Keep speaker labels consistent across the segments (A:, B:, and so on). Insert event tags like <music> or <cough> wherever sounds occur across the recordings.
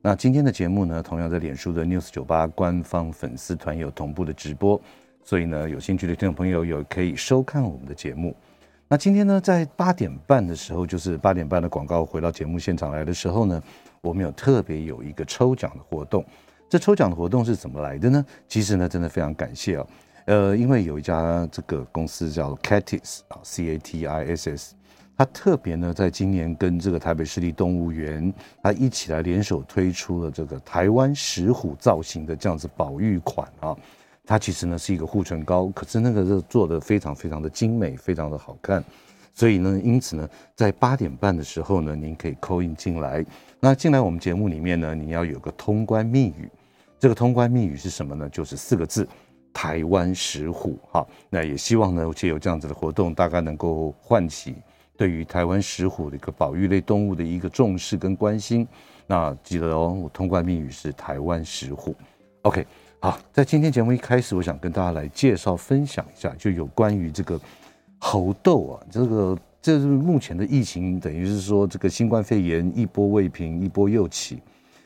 A: 那今天的节目呢，同样在脸书的 News 九八官方粉丝团有同步的直播，所以呢，有兴趣的听众朋友有可以收看我们的节目。那今天呢，在八点半的时候，就是八点半的广告回到节目现场来的时候呢，我们有特别有一个抽奖的活动。这抽奖的活动是怎么来的呢？其实呢，真的非常感谢哦。呃，因为有一家这个公司叫 Catis 啊，C A T I S S，它特别呢在今年跟这个台北市立动物园，它一起来联手推出了这个台湾石虎造型的这样子保育款啊。它其实呢是一个护唇膏，可是那个是做的非常非常的精美，非常的好看。所以呢，因此呢，在八点半的时候呢，您可以扣印进来。那进来我们节目里面呢，你要有个通关密语。这个通关密语是什么呢？就是四个字：台湾石虎。哈，那也希望呢，借由这样子的活动，大概能够唤起对于台湾石虎的一个保育类动物的一个重视跟关心。那记得哦，我通关密语是台湾石虎。OK，好，在今天节目一开始，我想跟大家来介绍分享一下，就有关于这个猴痘啊，这个这是目前的疫情，等于是说这个新冠肺炎一波未平，一波又起。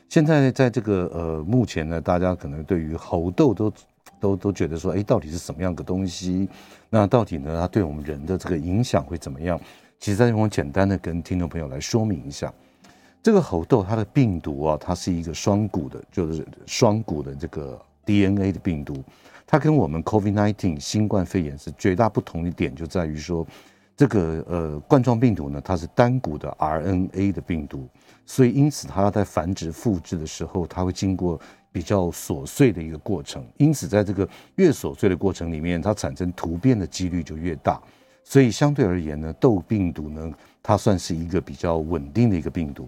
A: 现在在这个呃，目前呢，大家可能对于猴痘都都都觉得说，哎，到底是什么样的东西？那到底呢，它对我们人的这个影响会怎么样？其实，在我简单的跟听众朋友来说明一下，这个猴痘它的病毒啊，它是一个双股的，就是双股的这个 DNA 的病毒，它跟我们 COVID-19 新冠肺炎是绝大不同的点，就在于说，这个呃冠状病毒呢，它是单股的 RNA 的病毒。所以，因此它在繁殖复制的时候，它会经过比较琐碎的一个过程。因此，在这个越琐碎的过程里面，它产生突变的几率就越大。所以，相对而言呢，痘病毒呢，它算是一个比较稳定的一个病毒。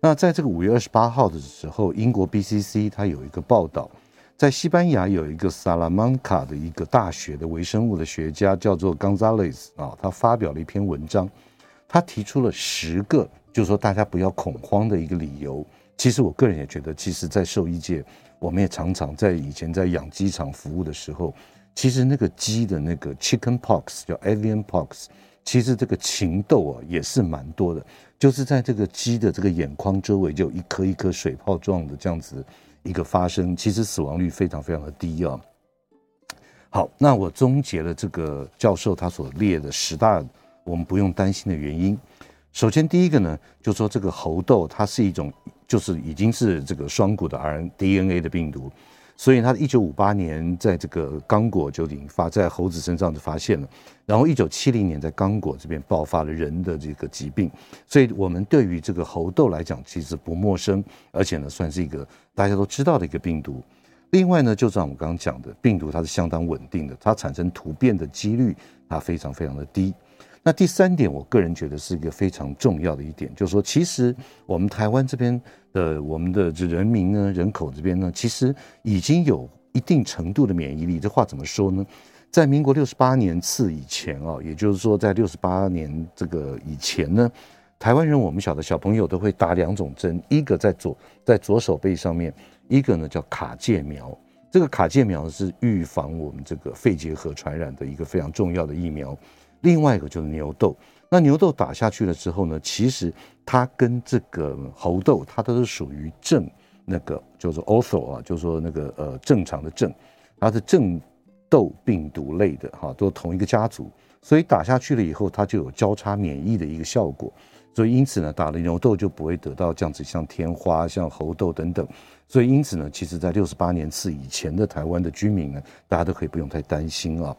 A: 那在这个五月二十八号的时候，英国 BCC 它有一个报道，在西班牙有一个萨拉曼卡的一个大学的微生物的学家叫做 Gonzalez 啊，他发表了一篇文章，他提出了十个。就是说，大家不要恐慌的一个理由。其实我个人也觉得，其实，在兽医界，我们也常常在以前在养鸡场服务的时候，其实那个鸡的那个 chicken pox 叫 avian pox，其实这个禽痘啊也是蛮多的，就是在这个鸡的这个眼眶周围就有一颗一颗水泡状的这样子一个发生，其实死亡率非常非常的低啊。好，那我终结了这个教授他所列的十大我们不用担心的原因。首先，第一个呢，就说这个猴痘，它是一种，就是已经是这个双股的 RNA 的病毒，所以它一九五八年在这个刚果就引发，在猴子身上就发现了，然后一九七零年在刚果这边爆发了人的这个疾病，所以我们对于这个猴痘来讲，其实不陌生，而且呢，算是一个大家都知道的一个病毒。另外呢，就像我们刚刚讲的，病毒它是相当稳定的，它产生突变的几率它非常非常的低。那第三点，我个人觉得是一个非常重要的一点，就是说，其实我们台湾这边的我们的人民呢，人口这边呢，其实已经有一定程度的免疫力。这话怎么说呢？在民国六十八年次以前啊、哦，也就是说，在六十八年这个以前呢，台湾人我们晓得小朋友都会打两种针，一个在左在左手背上面，一个呢叫卡介苗。这个卡介苗是预防我们这个肺结核传染的一个非常重要的疫苗。另外一个就是牛痘，那牛痘打下去了之后呢，其实它跟这个猴痘，它都是属于正那个，就是 ortho 啊，就是说那个呃正常的正，它是正痘病毒类的哈，都同一个家族，所以打下去了以后，它就有交叉免疫的一个效果，所以因此呢，打了牛痘就不会得到这样子像天花、像猴痘等等，所以因此呢，其实在六十八年次以前的台湾的居民呢，大家都可以不用太担心啊。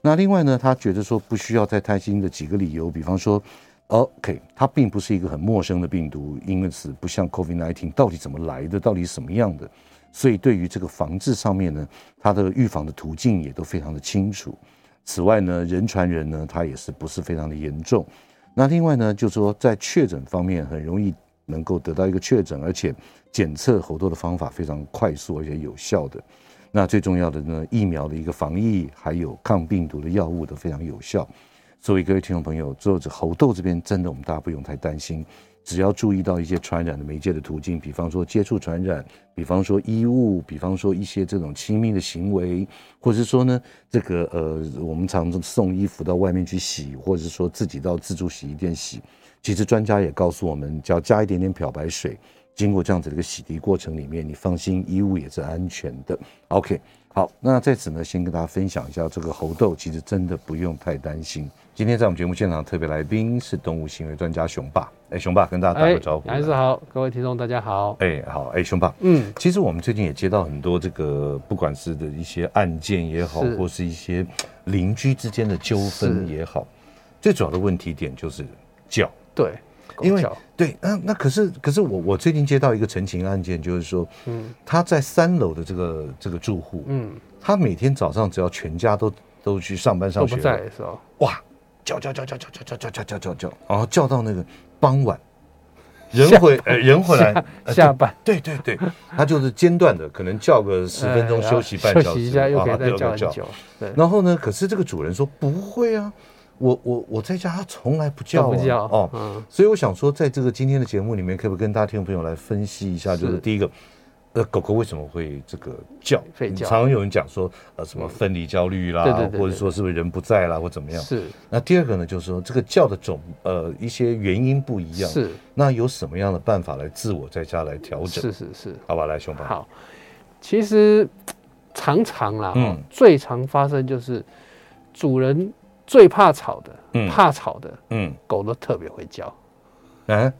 A: 那另外呢，他觉得说不需要太担心的几个理由，比方说，OK，它呃并不是一个很陌生的病毒，因此不像 COVID-19 到底怎么来的，到底什么样的，所以对于这个防治上面呢，它的预防的途径也都非常的清楚。此外呢，人传人呢，它也是不是非常的严重。那另外呢，就是说在确诊方面很容易能够得到一个确诊，而且检测猴痘的方法非常快速而且有效的。那最重要的呢，疫苗的一个防疫，还有抗病毒的药物都非常有效。所以各位听众朋友，作者猴痘这边真的我们大家不用太担心，只要注意到一些传染的媒介的途径，比方说接触传染，比方说衣物，比方说一些这种亲密的行为，或者是说呢，这个呃，我们常送衣服到外面去洗，或者是说自己到自助洗衣店洗。其实专家也告诉我们，只要加一点点漂白水，经过这样子的一个洗涤过程里面，你放心，衣物也是安全的。OK，好，那在此呢，先跟大家分享一下这个猴痘，其实真的不用太担心。今天在我们节目现场特别来宾是动物行为专家熊爸，哎，熊爸跟大家打个招呼。
B: 还是好，各位听众大家好。
A: 哎，好，哎，熊爸，
B: 嗯，
A: 其实我们最近也接到很多这个，不管是的一些案件也好，
B: 是
A: 或是一些邻居之间的纠纷
B: 是
A: 也好，最主要的问题点就是叫。
B: 对，
A: 因为
B: 狗叫
A: 对，那那可是可是我我最近接到一个陈情案件，就是说
B: 嗯
A: 他在三楼的这个这个住户，
B: 嗯
A: 他每天早上只要全家都都去上班上
B: 都
A: 学
B: 不
A: 了，
B: 在的时候，
A: 哇，叫叫叫叫叫叫叫叫叫叫叫，然后叫到那个傍晚，人
B: 下
A: 回
B: <laughs>
A: 呃人回来
B: 下
A: 呃
B: 下班
A: 对对 <laughs> 对，对他就是间断的，可能叫个十分钟，
B: 呃
A: 休息半小时，
B: 休息一下又可
A: 啊
B: 以再
A: 又
B: 叫
A: 又
B: 很久。对，
A: 然后呢，可是这个主人说不会啊，我我我在家他从来不叫、啊，
B: 都不叫
A: 哦，
B: 嗯
A: 所以我想说，在这个今天的节目里面，可不可以跟大家听众朋友来分析一下，就是
B: 是
A: 第一个。呃，狗狗为什么会这个叫？嗯
B: 吠叫
A: 常常有人讲说，呃，什么分离焦虑啦，
B: 对对对对
A: 或者说是不是人不在啦，或怎么样？
B: 是
A: 那第二个呢，就是说这个叫的种，呃，一些原因不一样。，
B: 是
A: 那有什么样的办法来自我在家来调整？嗯
B: 是是是，
A: 好吧，来熊爸。，
B: 好。其实常常啦，
A: 嗯
B: 哦最常发生就是主人最怕吵的，
A: 嗯
B: 怕吵的 <laughs>
A: 嗯，
B: 狗都特别会叫。
A: 啊，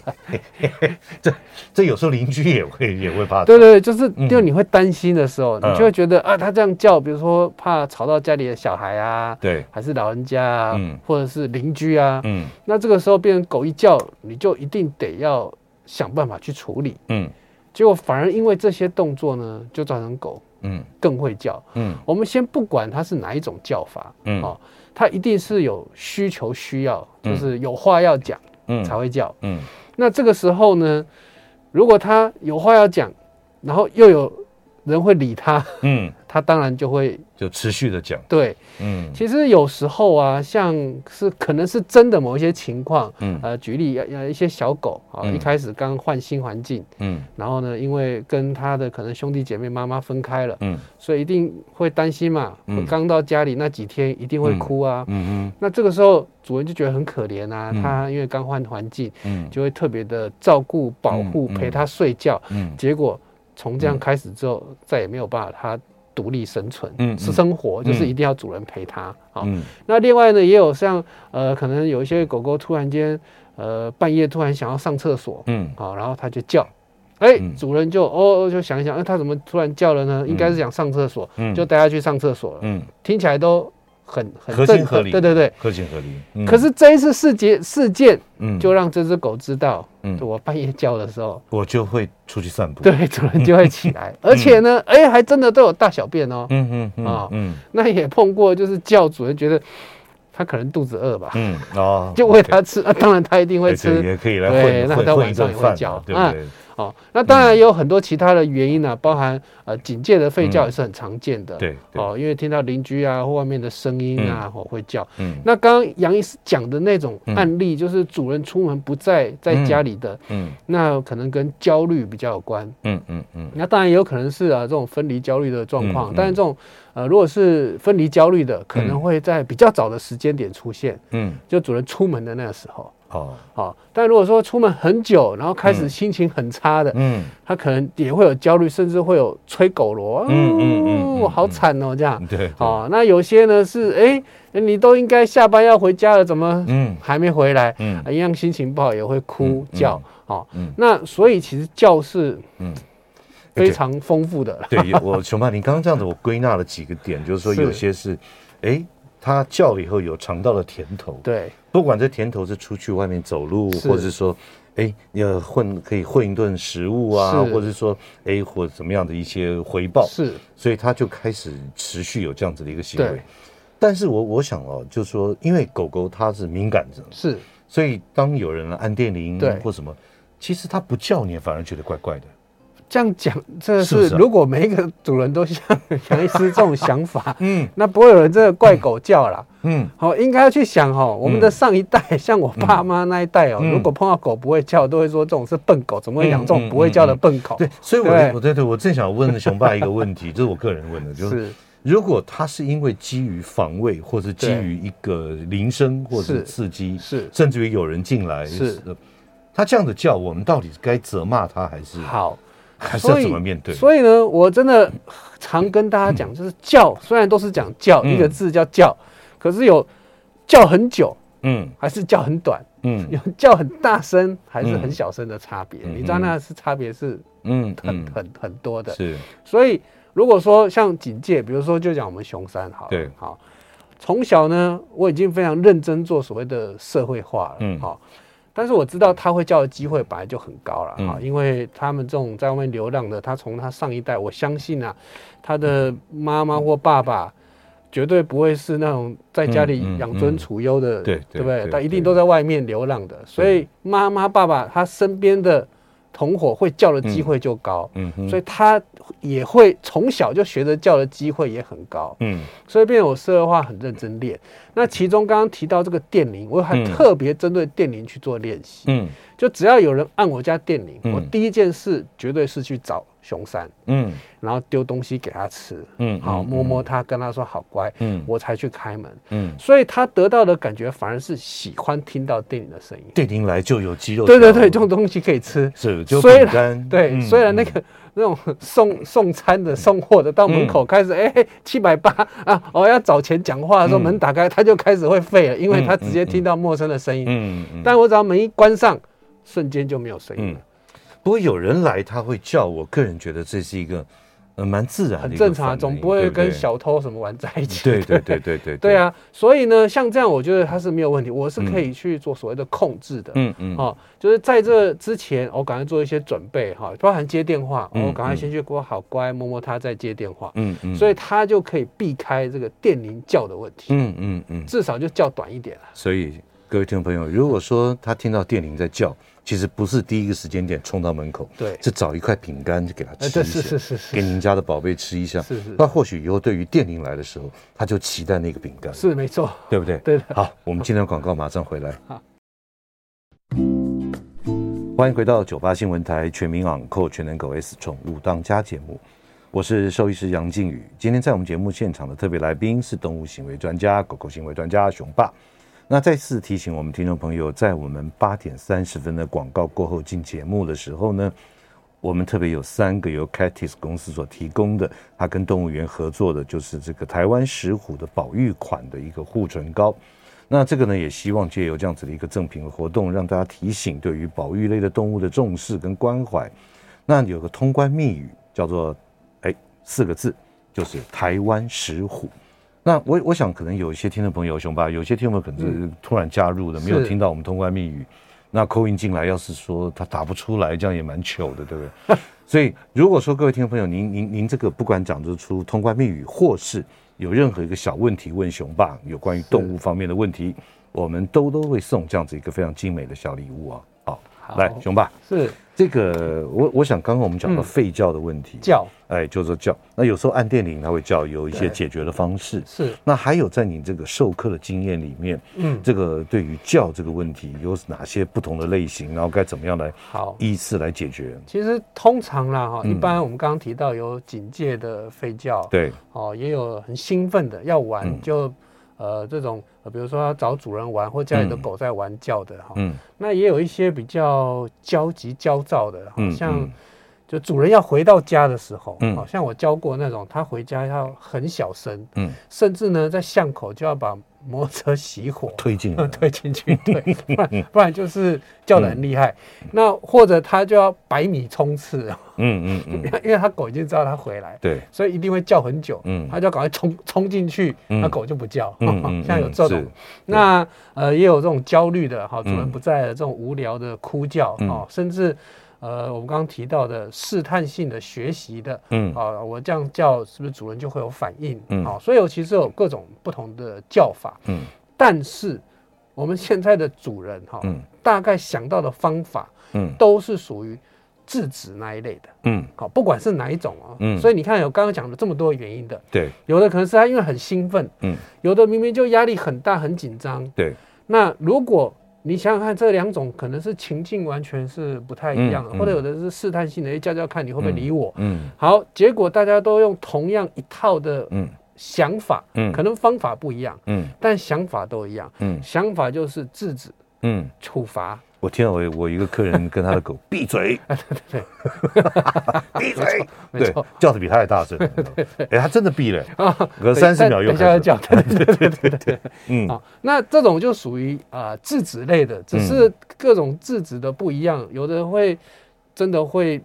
A: <laughs> 这这有时候邻居也会也会怕。
B: 对，对，对就是
A: 嗯
B: 就你会担心的时候，
A: 嗯
B: 你就会觉得啊，它这样叫，比如说怕吵到家里的小孩啊，
A: 对，
B: 还是老人家啊
A: 嗯，
B: 或者是邻居啊，
A: 嗯
B: 那这个时候变成狗一叫，你就一定得要想办法去处理。
A: 嗯
B: 结果反而因为这些动作呢，就造成狗
A: 嗯
B: 更会叫。
A: 嗯
B: 我们先不管它是哪一种叫法，
A: 嗯
B: 哦，它一定是有需求需要，
A: 嗯
B: 就是有话要讲
A: 嗯，
B: 才会叫。
A: 嗯
B: 那这个时候呢，如果它有话要讲，然后又有人会理它，
A: 嗯，
B: 它当然就会
A: 就持续的讲，
B: 对。
A: 嗯
B: 其实有时候啊，像是可能是真的某一些情况，
A: 嗯
B: 呃，举例呃一些小狗啊，
A: 嗯
B: 一开始刚换新环境，
A: 嗯
B: 然后呢，因为跟它的可能兄弟姐妹妈妈分开了，
A: 嗯
B: 所以一定会担心嘛
A: 嗯。
B: 刚到家里那几天一定会哭啊。
A: 嗯
B: 那这个时候主人就觉得很可怜啊，
A: 嗯
B: 它因为刚换环境，
A: 嗯
B: 就会特别的照顾、保护、
A: 嗯嗯
B: 陪它睡觉。
A: 嗯
B: 结果从这样开始之后，再也没有办法它独立生存，
A: 嗯嗯
B: 是生活就是
A: 嗯
B: 一定要主人陪它啊。
A: 嗯
B: 那另外呢，也有像呃，可能有一些狗狗突然间呃半夜突然想要上厕所，
A: 嗯
B: 好、然后它就叫，哎、
A: 嗯
B: 主人就哦就想一想，那、它怎么突然叫了呢？应该是想上厕所，
A: 嗯
B: 就带它去上厕所了。
A: 嗯，
B: 听起来都很很
A: 合
B: 正
A: 情合理，
B: 对对对。，
A: 合情合理。
B: 可是这一次事件事件
A: 嗯
B: 就让这只狗知道，
A: 嗯
B: 我半夜叫的时候，
A: 我就会出去散步。，
B: 对主人就会
A: <laughs>
B: 起来，而且呢，哎，还真的都有大小便哦。
A: 嗯嗯嗯
B: 那也碰过，就是叫主人觉得它可能肚子饿吧，
A: 嗯哦，
B: <laughs> 就喂它吃，啊，当然它一定会吃
A: 也可以来混混混一顿饭，对不对？
B: 哦。那当然也有很多其他的原因呢、包含呃警戒的吠叫也是很常见的，
A: 对对，
B: 哦，因为听到邻居啊或外面的声音啊，哦会叫。
A: 嗯
B: 那刚刚杨医师讲的那种案例，就是主人出门不在，在家里的，
A: 嗯
B: 那可能跟焦虑比较有关。
A: 嗯嗯嗯
B: 那当然也有可能是啊这种分离焦虑的状况，
A: 嗯嗯
B: 但是这种呃如果是分离焦虑的，可能会在比较早的时间点出现，
A: 嗯，
B: 就主人出门的那个时候。
A: 哦，
B: 好、但如果说出门很久，然后开始心情很差的，
A: 嗯
B: 他可能也会有焦虑，甚至会有吹狗螺，啊
A: 嗯嗯嗯嗯嗯
B: 我好惨哦，这样。
A: 对，
B: 哦，那有些呢是，哎、你都应该下班要回家了，怎么
A: 嗯
B: 还没回来？
A: 嗯
B: 啊一样心情不好也会哭
A: 嗯嗯
B: 叫，哦，
A: 嗯
B: 那所以其实叫是
A: 嗯，
B: 非常丰富的啦， <laughs>
A: 对我熊爸，你刚刚这样子，我归纳了几个点，就是说
B: 是
A: 有些是，哎，它叫了以后有尝到了甜头，
B: 对，
A: 不管这甜头是出去外面走路，
B: 是
A: 或者是说，哎，要混可以混一顿食物啊，
B: 是
A: 或者是说，哎，或者怎么样的一些回报，
B: 是
A: 所以它就开始持续有这样子的一个行为
B: 对。
A: 但是我我想哦，就是说，因为狗狗它是敏感的，
B: 是
A: 所以当有人按电铃
B: 对
A: 或什么，其实他不叫你，反而觉得怪怪的。
B: 这样讲，真的
A: 是不
B: 是
A: 是啊
B: 如果每一个主人都像 <laughs> 杨医师这种想法，
A: 嗯
B: 那不会有人真的怪狗叫啦。
A: 嗯，
B: 好、应该要去想哦，我们的上一代，像我爸妈那一代哦，
A: 嗯
B: 如果碰到狗不会叫，都会说这种是笨狗，怎么会养这种
A: 嗯嗯
B: 不会叫的笨狗？
A: 对，所以我
B: 对
A: 我对对，我正想
B: <laughs>
A: 问熊爸一个问题，这是我个人问的，就是
B: 是
A: 如果他是因为基于防卫，或是基于一个铃声或者
B: 是
A: 刺激，
B: 是
A: 甚至于有人进来，
B: 是
A: 呃他这样的叫，我们到底该责骂他，还是
B: 好，
A: 还是要
B: 所以
A: 怎么面对？
B: 所以呢，我真的常跟大家讲，就是叫，虽然都是讲叫
A: 嗯
B: 一个字叫叫，可是有叫很久
A: 嗯
B: 还是叫很短，
A: 嗯
B: 有叫很大声还是
A: 嗯
B: 很小声的差别，
A: 嗯
B: 你知道那是差别是
A: 嗯
B: 很
A: 嗯，
B: 很很多的。
A: 是
B: 所以如果说像警戒，比如说就讲我们熊山好了，
A: 对
B: 好，从小呢我已经非常认真做所谓的社会化了，
A: 嗯
B: 好。但是我知道他会叫的机会本来就很高了
A: 嗯
B: 啊、因为他们这种在外面流浪的，他从他上一代，我相信啊，他的
A: 嗯
B: 妈妈或爸爸绝对不会是那种在家
A: 嗯嗯
B: 里养尊处优的，
A: 对
B: 对不
A: 对
B: 对？
A: 对
B: 他一定
A: 对
B: 都在外面流浪的，所以妈妈爸爸他身边的同伙会叫的机会就高。
A: 嗯哼
B: 所以他也会从小就学着叫的机会也很高，
A: 嗯
B: 所以变成我社会化很认真练。那其中刚刚提到这个电铃，我还
A: 嗯
B: 特别针对电铃去做练习。
A: 嗯
B: 就只要有人按我家电铃，
A: 嗯
B: 我第一件事绝对是去找熊山，
A: 嗯
B: 然后丢东西给他吃，
A: 嗯
B: 好摸摸它，跟他说好乖，
A: 嗯
B: 我才去开门。
A: 嗯，
B: 所以他得到的感觉反而是喜欢听到电铃的声音。
A: 电铃来就有哦肌肉，
B: 对对对，这种东西可以吃。
A: 是就饼
B: 虽然
A: 干，
B: <laughs> 对，
A: 嗯
B: 虽然那个那种送送餐的、送货的到门口开始，哎、七百八啊，哦，要找钱讲话的时候，
A: 嗯
B: 门打开，他就开始会吠了，因为
A: 嗯
B: 他直接
A: 嗯
B: 听到陌生的声音。
A: 嗯嗯，但
B: 但我只要门一关上，瞬间就没有声音了，
A: 嗯不过有人来他会叫，我个人觉得这是一个呃蛮自然的
B: 很
A: 一个反应，
B: 正常啊，总不会
A: 对
B: 跟
A: 对
B: 小偷什么玩在一
A: <laughs>
B: 起。
A: 对
B: <laughs>
A: 对对对对
B: 对，啊，所以呢，像这样，我觉得它是没有问题，我是可以去做所谓的控制的。
A: 嗯嗯
B: 哦，就是在这之前，我赶快做一些准备哈，包含接电话，
A: 嗯
B: 我赶
A: 嗯
B: 快先去给我好乖摸摸它，再接电话。
A: 嗯嗯，
B: 所
A: 以
B: 以他就可以避开这个电铃叫的问题，
A: 嗯嗯嗯，
B: 至少就叫短一点了。
A: 所以各位听众朋友，如果说他听到电铃在叫，其实不是第一个时间点冲到门口，
B: 对，
A: 是找一块饼干就给他吃
B: 呃，
A: 一下，
B: 这是是是
A: 给
B: 是
A: 您家的宝贝吃一下。
B: 是是
A: 那或许以后对于电铃来的时候，他就期待那个饼干，
B: 是没错，
A: 对不对？
B: 对的。
A: <laughs> 好，我们今天的广告马上回来
B: 好。
A: 欢迎回到九八新闻台《全民养扣全能狗 S 宠物当家》节目，我是兽医师杨靖宇。今天在我们节目现场的特别来宾是动物行为专家、狗狗行为专家熊爸。那再次提醒我们听众朋友，在我们八点三十分的广告过后进节目的时候呢，我们特别有三个由 Catis 公司所提供的，它跟动物园合作的，就是这个台湾石虎的保育款的一个护唇膏。那这个呢，也希望借由这样子的一个赠品的活动，让大家提醒对于保育类的动物的重视跟关怀。那有个通关密语叫做，哎，四个字，就是台湾石虎。那我我想可能有一些听众朋友，熊爸，有些听众朋友可能是突然加入的，没有
B: 嗯是
A: 听到我们通关密语。那扣印进来，要是说他打不出来，这样也蛮糗的，对不对？ <laughs> 所以，如果说各位听众朋友，您您您这个不管讲得出通关密语，或是有任何一个小问题问熊爸有关于动物方面的问题，我们都都会送这样子一个非常精美的小礼物啊。好，
B: 好
A: 来，熊爸，
B: 是
A: 这个我我想刚刚我们讲到
B: 嗯
A: 吠叫的问题，
B: 叫
A: 哎，就是说叫，那有时候按电铃它会叫，有一些
B: 对
A: 解决的方式。
B: 是，
A: 那还有在你这个授课的经验里面，
B: 嗯，
A: 这个对于叫这个问题有哪些不同的类型，然后该怎么样来
B: 好。
A: 依次来解决？
B: 其实通常啦哈，
A: 嗯
B: 一般我们刚刚提到有警戒的吠叫，
A: 对，
B: 哦，也有很兴奋的要玩
A: 嗯
B: 就。呃，这种呃，比如说要找主人玩，或家里的
A: 嗯
B: 狗在玩叫的哈，
A: 嗯，
B: 那也有一些比较焦急焦躁的，好
A: 嗯
B: 像
A: 嗯
B: 就主人要回到家的时候，
A: 嗯
B: 好、像我教过那种，他回家要很小声，
A: 嗯，
B: 甚至呢在巷口就要把摩托车熄火。
A: 推进来，
B: <laughs> 推进去，对，
A: <laughs>
B: 不然不然就是叫的很厉害。
A: 嗯
B: 那或者他就要百米冲刺， <laughs>
A: 嗯嗯嗯，
B: 因为他狗已经知道他回来，
A: 对，
B: 所以一定会叫很久。
A: 嗯
B: 他就要赶快冲冲进去，
A: 嗯
B: 那狗就不叫。
A: 嗯
B: <laughs>
A: 嗯
B: 像有这
A: 嗯
B: 种
A: 是，
B: 那呃也有这种焦虑的哈，主人
A: 嗯
B: 不在了，这种无聊的哭叫
A: 嗯
B: 哦，甚至呃我们刚刚提到的试探性的学习的
A: 嗯
B: 啊，我这样叫是不是主人就会有反应
A: 嗯？
B: 好，所以我其实有各种不同的叫法，
A: 嗯
B: 但是我们现在的主人哈、
A: 嗯
B: 大概想到的方法
A: 嗯
B: 都是属于制止那一类的，
A: 嗯，
B: 好、不管是哪一种哦，
A: 嗯
B: 所以你看有刚刚讲的这么多原因的，
A: 对
B: 有的可能是他因为很兴奋，
A: 嗯，
B: 有的明明就压力很大很紧张，
A: 对，
B: 那如果你想想看，这两种可能是情境完全是不太一样的，
A: 嗯嗯
B: 或者有的是试探性的，诶哎叫叫看你会不会理我。
A: 嗯
B: 好，结果大家都用同样一套的
A: 嗯
B: 想法，
A: 嗯
B: 可能方法不一样，
A: 嗯
B: 但想法都一样。
A: 嗯
B: 想法就是制止、
A: 嗯，
B: 处罚，
A: 我听到我我一个客人跟他的
B: <laughs>
A: 狗闭嘴，
B: 啊对
A: <laughs> 闭嘴，
B: 没
A: 对
B: 错，
A: 叫的比他还大
B: <laughs>
A: 声，哎，他真的闭了，
B: 啊。
A: 隔三十秒又
B: 等一下
A: 开
B: 要啊
A: 始，
B: 讲，对对对对对对。
A: 嗯
B: 好，那这种就属于啊、呃制止类的，只
A: 嗯
B: 是各种制止的不一样，有的会真的会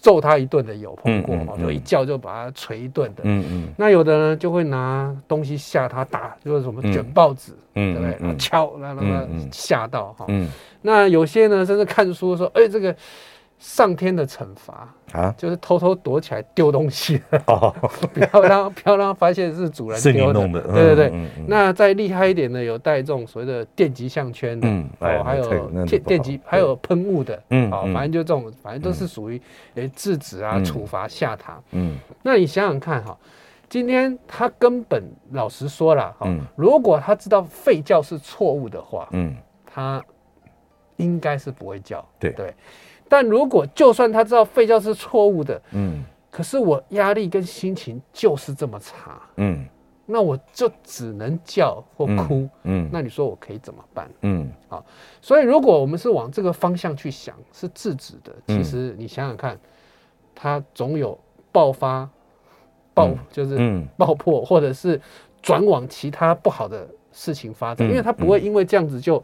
B: 揍他一顿的有碰过
A: 嗯嗯
B: 哦，
A: 嗯
B: 就一叫就把他捶一顿的。
A: 嗯嗯
B: 那有的呢就会拿东西吓他打，就是什么
A: 嗯
B: 卷报纸，对不对
A: 嗯？
B: 然后
A: 嗯
B: 敲，然后
A: 嗯
B: 让他
A: 嗯
B: 吓到哈。
A: 嗯
B: 那有些呢甚至看书说，哎，这个上天的惩罚。 <laughs>
A: 啊，
B: 就是偷偷躲起来丢东西，
A: 哦，
B: <laughs> 不要让不要让他发现是主人
A: 是你
B: 丢
A: 弄的，
B: 对对对，
A: 嗯嗯
B: 那再厉害一点的，有带这种所谓的电极项圈的，
A: 嗯哎
B: 哦，还
A: 那这个那
B: 有
A: 就
B: 电
A: 不好
B: 电极，还有喷雾的，
A: 嗯
B: 哦
A: 嗯，
B: 反正就这种，反正都是属于诶制止啊、
A: 嗯
B: 处罚、下塔。
A: 嗯
B: 那你想想看哈、今天他根本老实说了哈、
A: 嗯
B: 如果他知道吠叫是错误的话，
A: 嗯
B: 他应该是不会叫，
A: 对
B: 对。但如果就算他知道吠叫是错误的，
A: 嗯
B: 可是我压力跟心情就是这么差，
A: 嗯
B: 那我就只能叫或哭。
A: 嗯
B: 那你说我可以怎么办？
A: 嗯
B: 所以如果我们是往这个方向去想，是制止的。
A: 嗯
B: 其实你想想看，它总有爆发、爆、
A: 嗯
B: 就是
A: 嗯
B: <laughs> 爆破，或者是转往其他不好的事情发
A: 嗯
B: 展，因为它不会因为这样子就，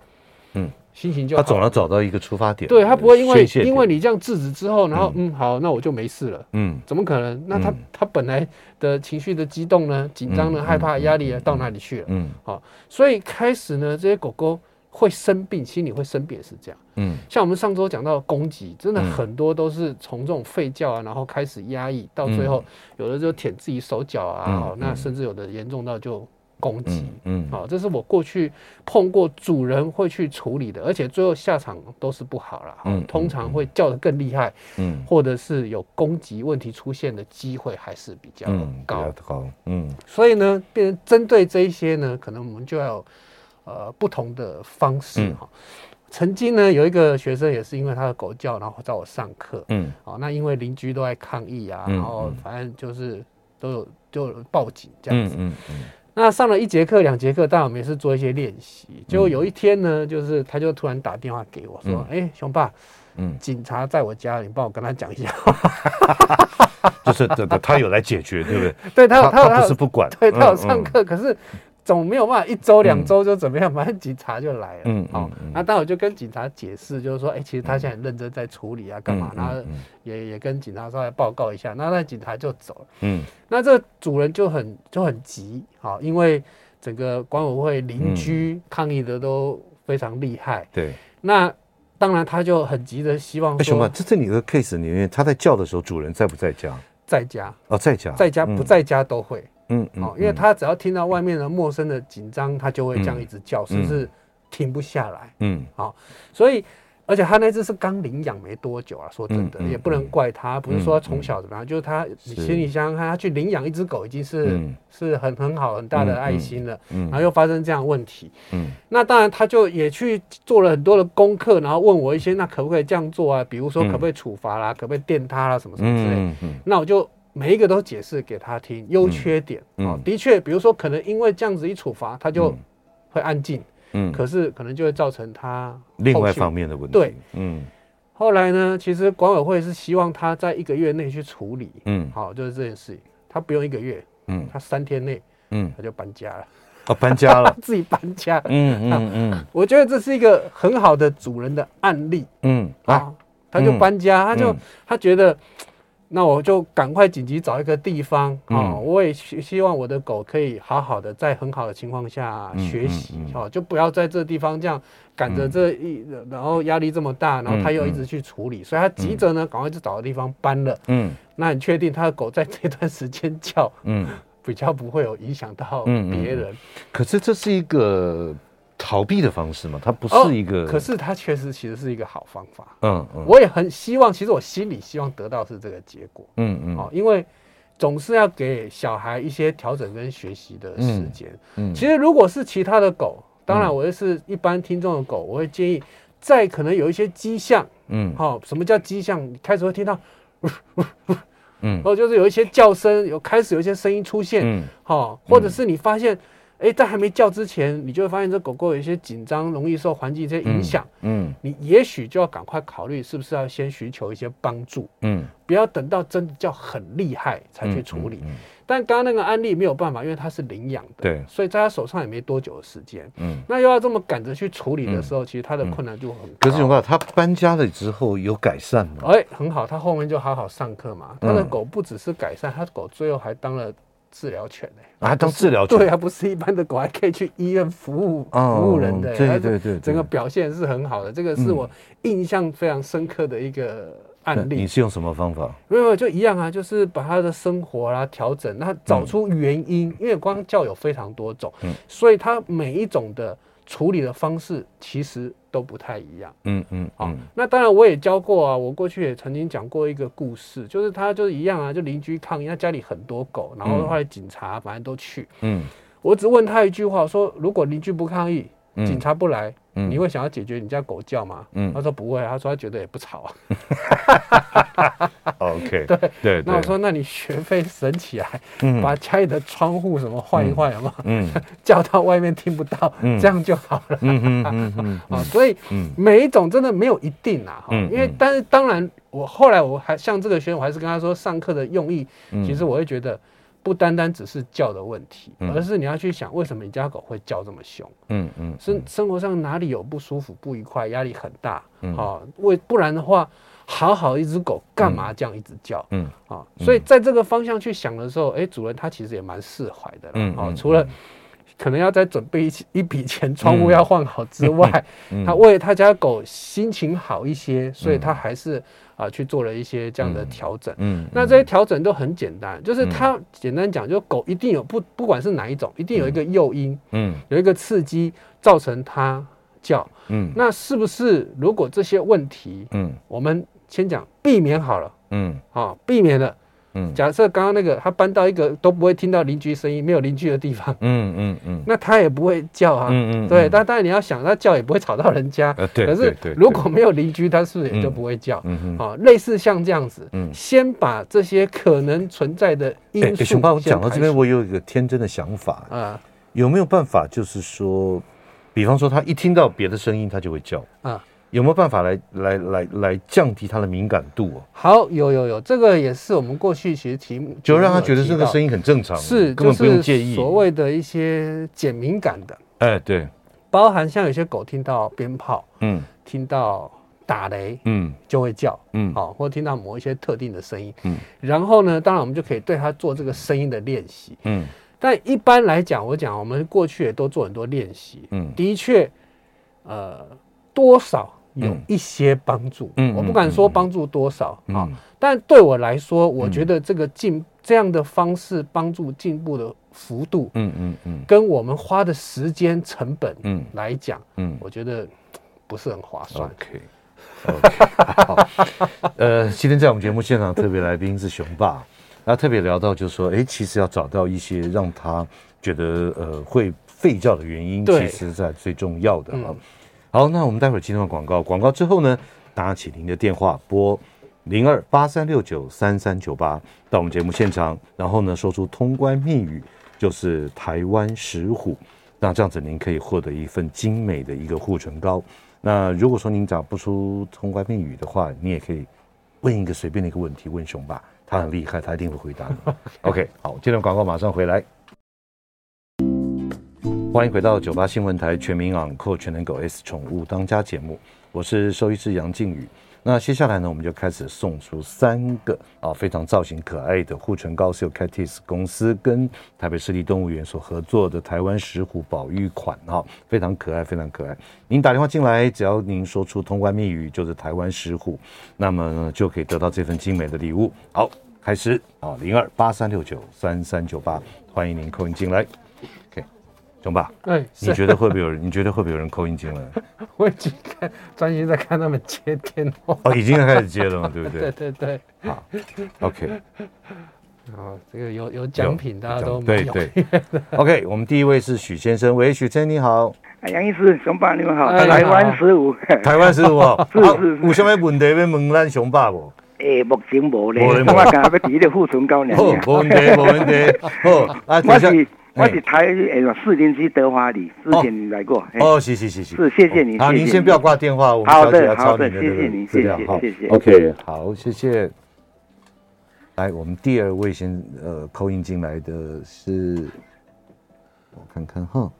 A: 嗯，
B: 心情就
A: 他总
B: 好
A: 要找到一个出发点，呃
B: 对它不会因为
A: 宣泄点
B: 因为你这样制止之后，然后嗯好，那我就没事了。
A: 嗯
B: 怎么可能？那他、
A: 嗯
B: 他本来的情绪的激动呢、紧张呢、
A: 嗯
B: 害怕、
A: 嗯
B: 压力啊，到哪里去了？
A: 嗯
B: 所以开始呢，这些狗狗会生病，心里会生病也是这样。
A: 嗯
B: 像我们上周讲到的攻击，真的
A: 嗯
B: 很多都是从这种吠叫啊，然后开始压抑，到最后有的就舔自己手脚
A: 嗯
B: 啊，哦
A: 嗯
B: 那甚至有的严重到就攻击。
A: 嗯嗯
B: 好、这是我过去碰过主人会去处理的，而且最后下场都是不好了、
A: 嗯
B: 哦
A: 嗯，
B: 通常会叫得更厉害，
A: 嗯
B: 或者是有攻击问题出现的机会还是比较
A: 嗯
B: 高。
A: 比较高，嗯
B: 所以呢，变成针对这一些呢，可能我们就要有呃不同的方式
A: 嗯
B: 哈、曾经呢，有一个学生也是因为他的狗叫，然后找我上课。
A: 嗯
B: 哦，那因为邻居都在抗议啊，
A: 嗯
B: 然后反正就是都有就有报警这样
A: 嗯
B: 子。
A: 嗯
B: 那上了一节课、两节课，但我们也是做一些练
A: 嗯
B: 习。结果有一天呢，就是他就突然打电话给我说：“哎、熊爸，
A: 嗯，
B: 警察在我家里，你帮我跟他讲一下。
A: 就是 <laughs> 这这他有来解决，对不对？
B: 对” <laughs> 他有他
A: 他
B: 有他
A: 不
B: 有
A: 是不管，
B: <laughs> 对他有
A: 嗯
B: 上，课，可是总没有办法一周两周就怎么样，反正警察就来了。
A: 嗯
B: 哦
A: 嗯嗯，
B: 那当然我就跟警察解释，就是说，哎，其实他现在很认真在处理啊，干嘛？然后
A: 嗯
B: 也也跟警察稍微报告一下，那那警察就走了。
A: 嗯
B: 那这个主人就很就很急，好，因为整个管委会邻
A: 嗯
B: 居抗议的都非常厉害，
A: 对。
B: 那当然他就很急的希望
A: 哎，熊爸，
B: 说
A: 这这里的 case 里面，他在叫的时候，主人在不在家？
B: 在家，
A: 哦，在家，
B: 在家不在家都会。
A: 嗯，嗯
B: 哦，因为他只要听到外面的陌生的紧张，他就会这样一直叫，甚至停不下来。
A: 嗯
B: 所以，而且他那只是刚领养没多久啊，说真的，
A: 嗯嗯
B: 也不能怪他，不是说他从小怎么样，就是他，你心里想想看，他去领养一只狗已经是、
A: 嗯
B: 是很很好很大的爱心了，
A: 嗯嗯嗯
B: 然后又发生这样的问题，
A: 嗯
B: 那当然他就也去做了很多的功课，然后问我一些，那可不可以这样做啊？比如说
A: 嗯
B: 可不可以处罚啦，可不可以电他啦，什么什么之类的
A: 嗯嗯
B: 那我就每一个都解释给他听优缺点啊、
A: 嗯
B: 哦的确，比如说可能因为这样子一处罚，他就会安静，
A: 嗯，
B: 可是可能就会造成他
A: 另外一
B: 方
A: 方
B: 面。
A: 面的问题，
B: 对，
A: 嗯
B: 后来呢，其实管委会是希望他在一个月内去处理，
A: 嗯
B: 好，就是这件事情，他不用一个月，
A: 嗯
B: 他三天内
A: 嗯，
B: 他就搬家了，
A: 哦，搬家了
B: 他，自己搬家。
A: <laughs> 嗯嗯
B: 我觉得这是一个很好的主人的案例
A: 嗯嗯啊，
B: 啊，他就
A: 嗯
B: 搬家，他就
A: 嗯
B: 他觉得，那我就赶快紧急找一个地方啊、
A: 嗯
B: 我也希希望我的狗可以好好的，在很好的情况下
A: 嗯
B: 学习
A: 嗯嗯嗯
B: 哦、就不要在这地方这样赶着这一，然后压力这么大，然后他又一直去处理，所以他急着呢，赶快就找个地方搬了。
A: 嗯
B: 那你确定他的狗在这段时间叫，
A: 嗯。
B: 比较不会有影响到
A: 嗯嗯
B: 别人？
A: 可是这是一个逃避的方式嘛，它不
B: 哦
A: 是一个，
B: 可是它确实其实是一个好方法。
A: 嗯嗯，
B: 我也很希望，其实我心里希望得到是这个结果
A: 嗯嗯
B: 哦，因为总是要给小孩一些调整跟学习的时间。
A: 嗯，
B: 其实如果是其他的狗，当然
A: 嗯
B: 我也是一般听众的狗，我会建议在可能有一些迹象，
A: 嗯
B: 好、什么叫迹象？你开始会听到，
A: 嗯
B: 哦，就是 <laughs> 有一些叫声，有开始有一些声音出现，
A: 嗯
B: 好、或者是你发现，哎，在还没叫之前，你就会发现这狗狗有一些紧张，容易受环境一些影响，
A: 嗯
B: 你也许就要赶快考虑是不是要先寻求一些帮助，
A: 嗯，
B: 不要等到真的叫很厉害才去处理。
A: 嗯，嗯
B: 但刚刚那个案例没有办法，因为它是领养的，
A: 对
B: 所以在他手上也没多久的时间。
A: 嗯。
B: 那又要这么赶着去处理的时候，其实它的困难就很
A: 可是永
B: 高。
A: 爸，他搬家了之后有改善吗？
B: 哎，很好，它后面就好好上课嘛。它的
A: 嗯
B: 狗不只是改善，它的狗最后还当了治疗犬呢、
A: 啊，当治疗犬
B: 对啊，不是一般的狗，还可以去医院服务、
A: 哦
B: 服务人的、
A: 对
B: 它是
A: 对对对嗯
B: 整个表现是很好的。这个是我印象非常深刻的一个案
A: 那你
B: 例。
A: 是用什么方法？
B: 没有没有，就一样啊，就是把他的生活啦、调整，那找出原因，因为光教有非常多种，
A: 嗯
B: 所以它每一种的处理的方式其实都不太一样。
A: 嗯嗯
B: 啊、
A: 嗯
B: 那当然我也教过啊，我过去也曾经讲过一个故事，就是他就是一样啊，就邻居抗议，他家里很多狗，然后
A: 嗯
B: 后来警察反正都去，
A: <laughs> 嗯
B: 我只问他一句话，说如果邻居不抗议，
A: 嗯
B: 警察不来，
A: 嗯
B: 你会想要解决你家狗叫吗？
A: 嗯
B: 他说不会啊，他说他觉得也不吵啊。
A: 哦，OK，对对
B: 那我说，那你学费省起来，
A: 嗯
B: 把家里的窗户什么换一换，有没 <laughs> 有？
A: 嗯
B: 叫到外面听不到，
A: 嗯
B: 这样就好了
A: 嗯嗯嗯嗯
B: 啊。所以
A: 嗯
B: 每一种真的没有一定啊，哈
A: 嗯
B: 因为
A: 嗯
B: 但是当然，我后来我还像这个学员，我还是跟他说，上课的用意，
A: 嗯
B: 其实我会觉得不单单只是叫的问题，
A: 嗯
B: 而是你要去想为什么你家狗会叫这么凶，
A: 嗯嗯，
B: 生生活上哪里有不舒服、不愉快、压力很大，
A: 嗯
B: 好、为不然的话，好好一只狗干嘛这样一直叫？
A: 嗯
B: 啊，所以在这个方向去想的时候，哎，主人他其实也蛮释怀的啦。
A: 嗯
B: 哦
A: 嗯，
B: 除了可能要再准备一起一笔钱，窗户要换好之外，
A: 嗯
B: 他为他家狗心情好一些，所以他还是啊、去做了一些这样的调整。
A: 嗯
B: 那这些调整都很简单，就是它简单讲，就狗一定有不不管是哪一种，一定有一个诱因，
A: 嗯
B: 有一个刺激造成它叫。
A: 嗯
B: 那是不是如果这些问题，
A: 嗯
B: 我们先讲避免好了
A: 嗯
B: 啊、避免了。
A: 嗯
B: 假设刚刚那个他搬到一个都不会听到邻居声音、没有邻居的地方， <laughs>
A: 嗯嗯嗯
B: 那他也不会叫啊。
A: 嗯
B: 对，但当然你要想，他叫也不会吵到人家。
A: 呃对，
B: 可是如果没有邻居，他是不是也就不会叫？
A: 嗯嗯。
B: 好、类似像这样子，
A: 嗯
B: 先把这些可能存在的因
A: 哎，
B: 素
A: 熊爸，我
B: 先
A: 讲到这边，
B: 排除
A: 我有一个天真的想法，
B: 啊
A: 有没有办法，就是说，比方说他一听到别的声音，他就会叫，
B: 啊，
A: 有没有办法来来来来降低他的敏感度哦？
B: 好，有有有，这个也是我们过去其实题目
A: 就让他觉得这
B: 这
A: 个声音很正常，
B: 是
A: 根本不
B: 就
A: 用
B: 是
A: 介意。
B: 所谓的一些减敏感的，
A: 哎，对，
B: 包含像有些狗听到鞭炮、
A: 嗯
B: 听到打雷
A: 嗯
B: 就会叫。
A: 嗯，
B: 好、或听到某一些特定的声音，
A: 嗯，
B: 然后呢，当然我们就可以对它做这个声音的练习。
A: 嗯
B: 但一般来讲，我讲我们过去也都做很多练习，
A: 嗯
B: 的确，呃，多少有
A: 嗯
B: 一些帮助，
A: 嗯
B: 我
A: 嗯
B: 不敢说
A: 嗯
B: 帮助多少啊、
A: 嗯
B: 但对我来说，嗯我觉得这个进、这样的方式帮助进步的幅度，
A: 嗯嗯嗯
B: 跟我们花的时间成本
A: 嗯
B: 来讲，
A: 嗯
B: 我觉得嘖不是很划算。
A: ，OK。OK，好， <laughs> 呃，今天在我们节目现场特别来宾是熊爸，那特别聊到就是说，哎，其实要找到一些让他觉得呃会吠叫的原因，
B: 对
A: 其实才最重要的啊
B: 嗯。
A: 好，那我们待会儿进入广告，广告之后呢，打起您的电话拨零二八三六九三三九八到我们节目现场，然后呢说出通关密语，就是台湾石虎。那这样子您可以获得一份精美的一个护唇膏。那如果说您找不出通关密语的话，你也可以问一个随便的一个问题问熊爸，他很厉害，他一定会回答你。OK，好， <laughs> 这段广告马上回来。欢迎回到九八新闻台全民养扣全能狗 S 宠物当家节目，我是兽医师杨靖宇。那接下来呢，我们就开始送出三个啊非常造型可爱的护唇膏，是由 Catis 公司跟台北市立动物园所合作的台湾石虎保育款啊，非常可爱，非常可爱。您打电话进来，只要您说出通关密语，就是台湾石虎，那么呢就可以得到这份精美的礼物。好，开始啊，零二八三六九三三九八，欢迎您扣音进来。熊爸，
B: 哎，
A: 你
B: 是
A: 觉得会不会有人？你觉得会不会有人扣音进来？
B: <laughs> 我已经看专心在看他们接电话。 <laughs>
A: 哦，已经开始接了嘛，对不
B: 对
A: 对
B: 对对，
A: ？OK，
B: 哦，这个有有奖品，大家都没
A: 对
B: 有。
A: 对。OK，我们第一位是许先生，喂，许先生你好，
C: 啊杨医师、熊爸，你们好，
B: 哎
C: 台
B: 你好
C: 湾十五。 <laughs>
A: 台湾师傅哦，
C: 是
A: 啊
C: 是是
A: 有什么问题要问咱熊爸无？
C: 诶，目前无咧，
A: 无咧
C: 我
A: 无咧
C: 刚要提个护唇膏呢。
A: 好，哦没问题，没问
C: <laughs>
A: 题。好，啊，等
C: 哎我
A: 一下，
C: 是我
A: 哎
C: 是台诶士林区德华里，之前你来过。嘿
A: 哦，是是是是，
C: 哎是谢谢你
A: 好，
C: 谢谢
A: 您
C: 你
A: 先不要挂电话，我们
C: 好
A: 小
C: 的
A: 姐要抄
C: 好的
A: 您的这
C: 谢谢
A: 个
C: 您
A: 资料
C: 谢谢
A: 好
C: 谢谢
A: OK，好，谢谢。来，我们第二位先呃扣印进来的是，我看看哈，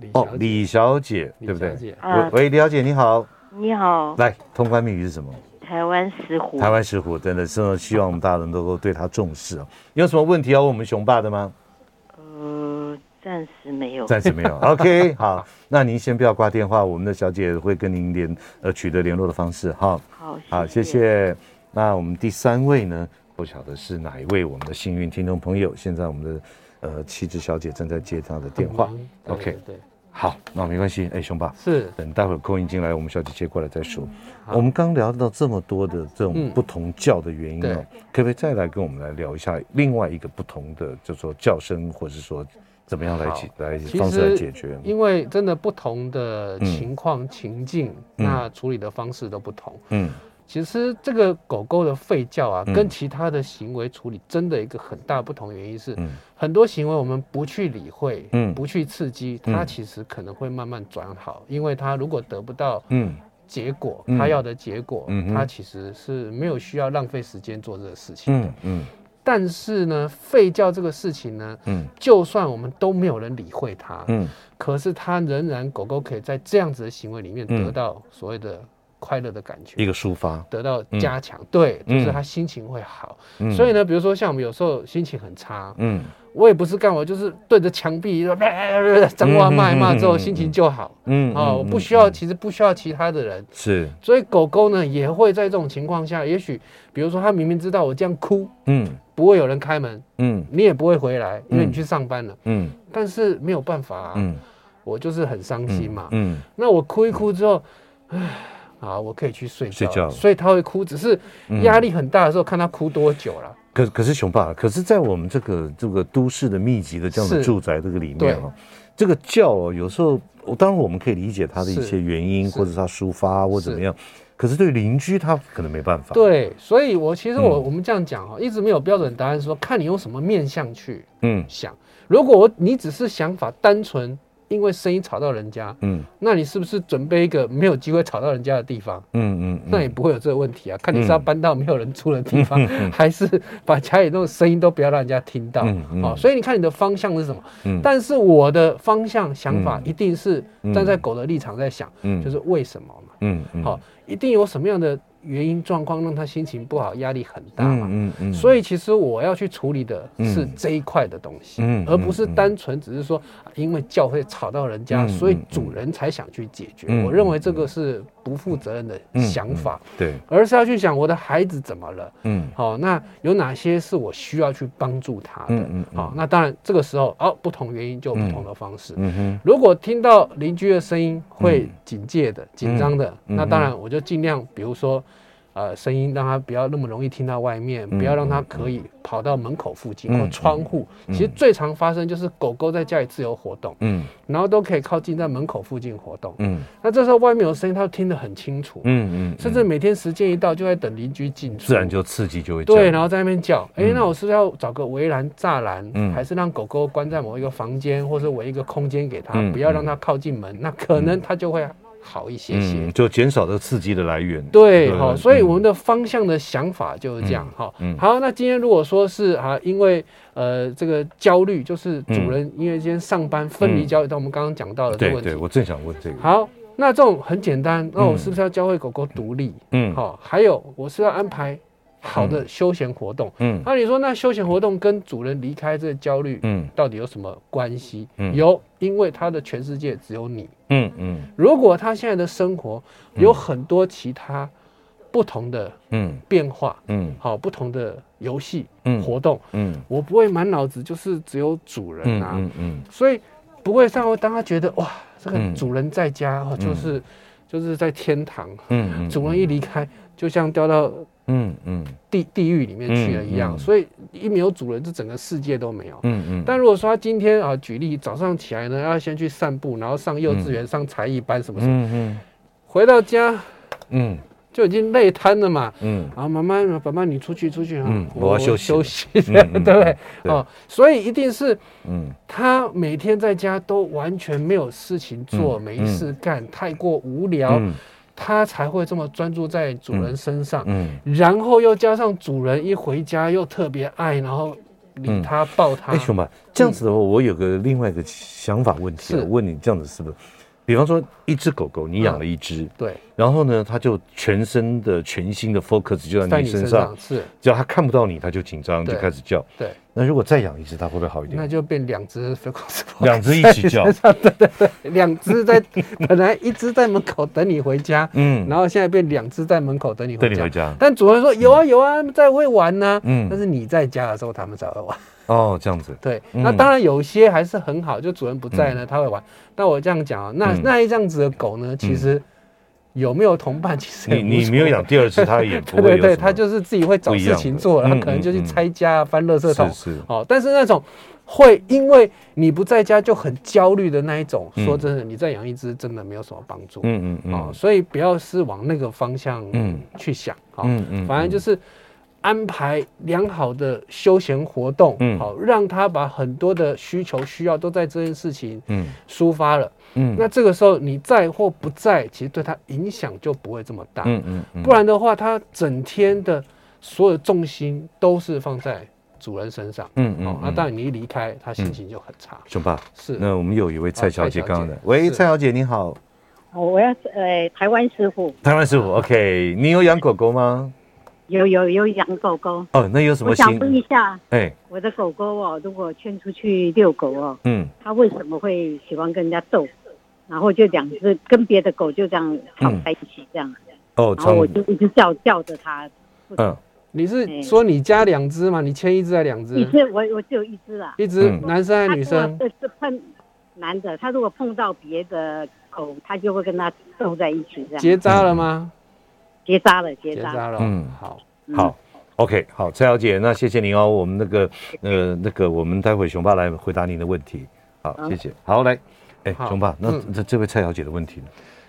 B: 李
A: 哦，
B: 小姐，
A: 李小姐，对不
B: 李
A: 对？
B: 小姐
A: 喂
D: 啊，
A: 喂，李小姐你好，
D: 你好，
A: 来，通关密语是什么？
D: 台湾石虎。
A: 台湾石虎，真的是希望我们大家能够对它重视哦。有什么问题要问我们熊爸的吗？
D: 呃，暂时没有。
A: 暂时没有。OK，好， <laughs> 那您先不要挂电话，我们的小姐会跟您联呃取得联络的方式哈。
D: 好，
A: 好，谢。谢。那我们第三位呢？不晓得是哪一位我们的幸运听众朋友。现在我们的呃气质小姐正在接她的电话。
B: 嗯
A: OK
B: 对对，
A: 好，那没关系。哎，熊爸，
B: 是
A: 等待会儿扣音进来，我们小姐接过来再说。我们刚聊到这么多的这种
B: 嗯
A: 不同教的原因
B: 对
A: 哦，可不可以再来跟我们来聊一下另外一个不同的，就说教声，或是说怎么样来解来
B: 其
A: 方式来
B: 实
A: 解决？
B: 因为真的不同的
A: 嗯
B: 情况、情境，那处理的方式都不同。
A: 嗯
B: 其实这个狗狗的吠叫啊，
A: 嗯
B: 跟其他的行为处理真的一个很大不同原因是，
A: 嗯
B: 很多行为我们不去理会，
A: 嗯
B: 不去刺激，
A: 嗯
B: 它其实可能会慢慢转好，因为它如果得不到
A: 嗯
B: 结果，
A: 嗯
B: 它要的结果
A: 嗯，哼
B: 它其实是没有需要浪费时间做这个事情的
A: 嗯。嗯
B: 但是呢，吠叫这个事情呢，
A: 嗯
B: 就算我们都没有人理会它，
A: 嗯
B: 可是它仍然狗狗可以在这样子的行为里面
A: 嗯
B: 得到所谓的快乐的感觉，
A: 一个抒发，
B: 得到
A: 嗯
B: 加强，对，就
A: 嗯
B: 是它心情会好。
A: 嗯
B: 所以呢，比如说像我们有时候心情很差，
A: 嗯
B: 我也不是干嘛，我就是对着墙壁呃呃呃脏话骂一骂
A: 嗯嗯
B: 之
A: 嗯
B: 后，
A: 嗯
B: 心情就好。
A: 嗯
B: 啊，
A: 嗯
B: 我
A: 嗯
B: 不需要，
A: 嗯
B: 其实不需要其他的人。
A: 是
B: 所以狗狗呢也会在这种情况下，也许比如说它明明知道我这样哭
A: 嗯
B: 不会有人开门，
A: 嗯
B: 你也不会回来，因为
A: 嗯
B: 你去上班了。
A: 嗯
B: 但是没有办法、啊，
A: 嗯
B: 我就是很伤心嘛。
A: 嗯
B: 那我哭一哭之后，唉，啊，我可以去睡觉
A: 睡
B: 了。
A: 觉
B: 所以它会哭，只是
A: 嗯
B: 压力很大的时候，看它哭多久了。
A: 可可是熊爸，可是，在我们这个这个都市的密集的这样的
B: 是
A: 住宅这个里
B: 对
A: 面哈，哦这个叫哦，有时候我当然我们可以理解他的一
B: 是
A: 些原因，
B: 是
A: 或者他抒发啊或怎么
B: 是
A: 样，可是对邻居他可能没办法。，
B: 对，所以我其实我、
A: 嗯
B: 我们这样讲哦哈，一直没有标准答案说，看你用什么面向去
A: 嗯
B: 想。如果我你只是想法单纯，因为声音吵到人家，
A: 嗯
B: 那你是不是准备一个没有机会吵到人家的地方？
A: 嗯嗯，
B: 那也
A: 嗯
B: 不会有这个问题啊。看你是要
A: 嗯
B: 搬到没有人住的地方，还是把家里那种声音都不要让人家听到。
A: 嗯嗯
B: 哦，所以你看你的方向是什么？
A: 嗯
B: 但是我的方向想法一定是站在
A: 嗯
B: 狗的立场在想，
A: 嗯
B: 就是为什么嘛？
A: 嗯嗯
B: 好、一定有什么样的原因状况让他心情不好，压力很大嘛。
A: 嗯嗯
B: 所
A: 以
B: 以其实我要去处理的是这一块的东西，
A: 嗯嗯
B: 而不是单纯只是说啊因为教会吵到人家，
A: 嗯
B: 所以主人才想去解决。
A: 嗯
B: 我认为这个是不负责任的想法，
A: 对，
B: 而是要去想我的孩子怎么了。
A: 嗯
B: 好、那有哪些是我需要去帮助他的？好、
A: 嗯嗯嗯
B: 那当然这个时候哦，不同原因就有不同的方式。
A: 嗯哼
B: 如果听到邻居的声音会警戒的、紧张的，
A: 嗯
B: 那当然我就尽量，比如说，呃，声音让他不要那么容易听到外面，
A: 嗯
B: 不要让他可以跑到门口附近
A: 嗯
B: 或窗户。其实最常发生就是狗狗在家里自由活动，
A: 嗯
B: 然后都可以靠近在门口附近活动。
A: 嗯
B: 那这时候外面有声音，它听得很清楚，
A: 嗯嗯，
B: 甚至每天时间一到就在等邻居进出，
A: 自然就刺激就会
B: 对，
A: 降
B: 然后在那边叫，哎、
A: 嗯
B: 那我是不是要找个围栏、栅栏，
A: 嗯
B: 还是让狗狗关在某一个房间，或是围一个空间给它，
A: 嗯
B: 不要让它靠近门，那可能它就会好一些些。
A: 嗯，就减少这个刺激的来源。嗯
B: 对，好、所以我们
A: 的
B: 的方向的想法就是这样，哈、
A: 嗯
B: 好，那今天如果说是啊，因为呃这个焦虑，就是主人因为今天上班分离焦虑，但我们刚刚讲到的这
A: 嗯
B: 个
A: 对
B: 问题
A: 对，，我正想问这个。
B: 好，那这种很简单，那我
A: 嗯
B: 是不是要教会狗狗独立？
A: 嗯
B: 好、还有我是要安排好的休闲活动。
A: 嗯
B: 那、你说，那休闲活动跟主人离开这个焦虑，
A: 嗯
B: 到底有什么关系？
A: 嗯
B: 有，因为他的全世界只有你。
A: 嗯嗯
B: 如果他现在的生活有很多其他不同的
A: 嗯
B: 变化，
A: 嗯
B: 好、不同的游戏、
A: 嗯
B: 活动，
A: 嗯
B: 我不会满脑子就是只有主人啊。
A: 嗯嗯
B: 所以不会像当他觉得哇，这个
A: 嗯
B: 主人在家、哦就是就是在天堂，
A: 嗯
B: 主人一离开，就像掉到
A: 嗯嗯
B: 地地狱里面去了一样。
A: 嗯嗯
B: 所以一没有主人，这整个世界都没有。
A: 嗯嗯，
B: 但如果说他今天啊，举例早上起来呢，要先去散步，然后上幼稚园、上才艺班什么什么，
A: 嗯
B: 回到家
A: 嗯嗯
B: 就已经累瘫了嘛。
A: 嗯
B: 啊，妈妈，爸爸，你出去，出去啊！
A: 嗯我要休息了
B: 休息，对 <laughs>
A: 嗯嗯
B: 不对？
A: 对
B: 哦，所以一定是
A: 嗯
B: 他每天在家都完全没有事情做，
A: 嗯
B: 没事干，太过无聊，
A: 嗯
B: 他才会这么专注在主人身上。
A: 嗯，
B: 然后又加上主人一回家又特别爱，然后理他、抱他
A: 哎，。熊爸，这样子的话，我有个另外一个想法问题啊，
B: 是
A: 我问你这样子是不是？比方说，一只狗狗，你养了一只，
B: 对，
A: 然后呢，它就全身的、全心的 focus 就在
B: 在
A: 你
B: 你
A: 身
B: 身
A: 上，
B: 上是，
A: 只要它看不到你，它就紧张，就
B: 对
A: 开始叫。
B: 对，
A: 那如果再养一只，它会不会好一
B: 那
A: 点？
B: 就变两只 f r e q u e n c
A: 两只一起叫，
B: 两只在 <laughs> 本来一只在门口等你回家，
A: 嗯，
B: 然后现在变两只在门口等你
A: 对
B: 回
A: 你
B: 家
A: 回。家，
B: 但主人说有啊有啊，在会玩呢、
A: 嗯
B: 但是你在家的时候，他们才会玩。
A: 哦，这样子，
B: 对，
A: 嗯
B: 那当然有些还是很好，就主人不在呢，它会玩。那我这样讲啊，那
A: 嗯
B: 那一这样子的狗呢，其实有没有同伴，其实也
A: 你
B: 无
A: 你
B: 所
A: 没有
B: 谓
A: 养第二只，它也不
B: 对
A: 会有
B: 对
A: 什么。
B: 对，它就是自己会找
A: 不一样的
B: 事情做，然后
A: 嗯
B: 可能就
A: 嗯
B: 去
A: 嗯
B: 拆家、啊翻垃圾桶。
A: 是是，
B: 哦，但是那种会因为你不在家就很焦虑的那一种，
A: 嗯
B: 说真的，你再养一只真的没有什么帮助。
A: 嗯嗯
B: 哦，
A: 嗯
B: 所以不要是往那个方向
A: 嗯
B: 去想。哦，
A: 嗯嗯，
B: 反正就是是安排良好的休闲活动，
A: 嗯
B: 好、让他把很多的需求需要都在这件事情
A: 嗯
B: 抒发了。
A: 嗯
B: 那这个时候你在或不在，其实对他影响就不会这么大。
A: 嗯嗯嗯，
B: 不然的话，他整天的所有重心都是放在主人身上。
A: 嗯嗯
B: 哦，那当然你一离开，他心情就很差。
A: 熊爸，
B: 是，哦
A: 那我们有一位蔡小姐刚刚的，喂，
B: 是
A: 蔡小姐你好，
E: 我要呃台湾师傅
A: 台湾师傅，OK，你有养狗狗吗？
E: 有有有养狗狗，
A: 哦，那有什
E: 我
A: 么
E: 想问一
A: 心？
E: 下，
A: 哎，
E: 我的狗狗哦，如果牵出去遛狗哦，
A: 嗯
E: 它为什么会喜欢跟人家斗？然后就两只跟别的狗就这样吵在一起这样，
A: 哦，
E: 然后
A: 长
E: 我就一直叫叫着它，
A: 嗯
B: 你是说你家两只吗？你牵一只还两
E: 一
B: 只？
E: 只我我只有一只啊，
B: 一只
A: 嗯
B: 男生还
E: 它
B: 是女生？
E: 这是碰男的，它如果碰到别的狗，它就会跟它斗在一起这样，
B: 结扎了吗？
E: 结扎了结
B: 结
E: 扎，
B: 扎了。
A: 嗯
B: 好，
E: 嗯
A: 好。OK，好，蔡小姐，那谢谢您哦。我们那个，呃，那个，我们待会熊爸来回答您的问题。好，谢谢。好，来，哎，
B: 好
A: 熊爸，那
B: 嗯
A: 这这位蔡小姐的问题呢？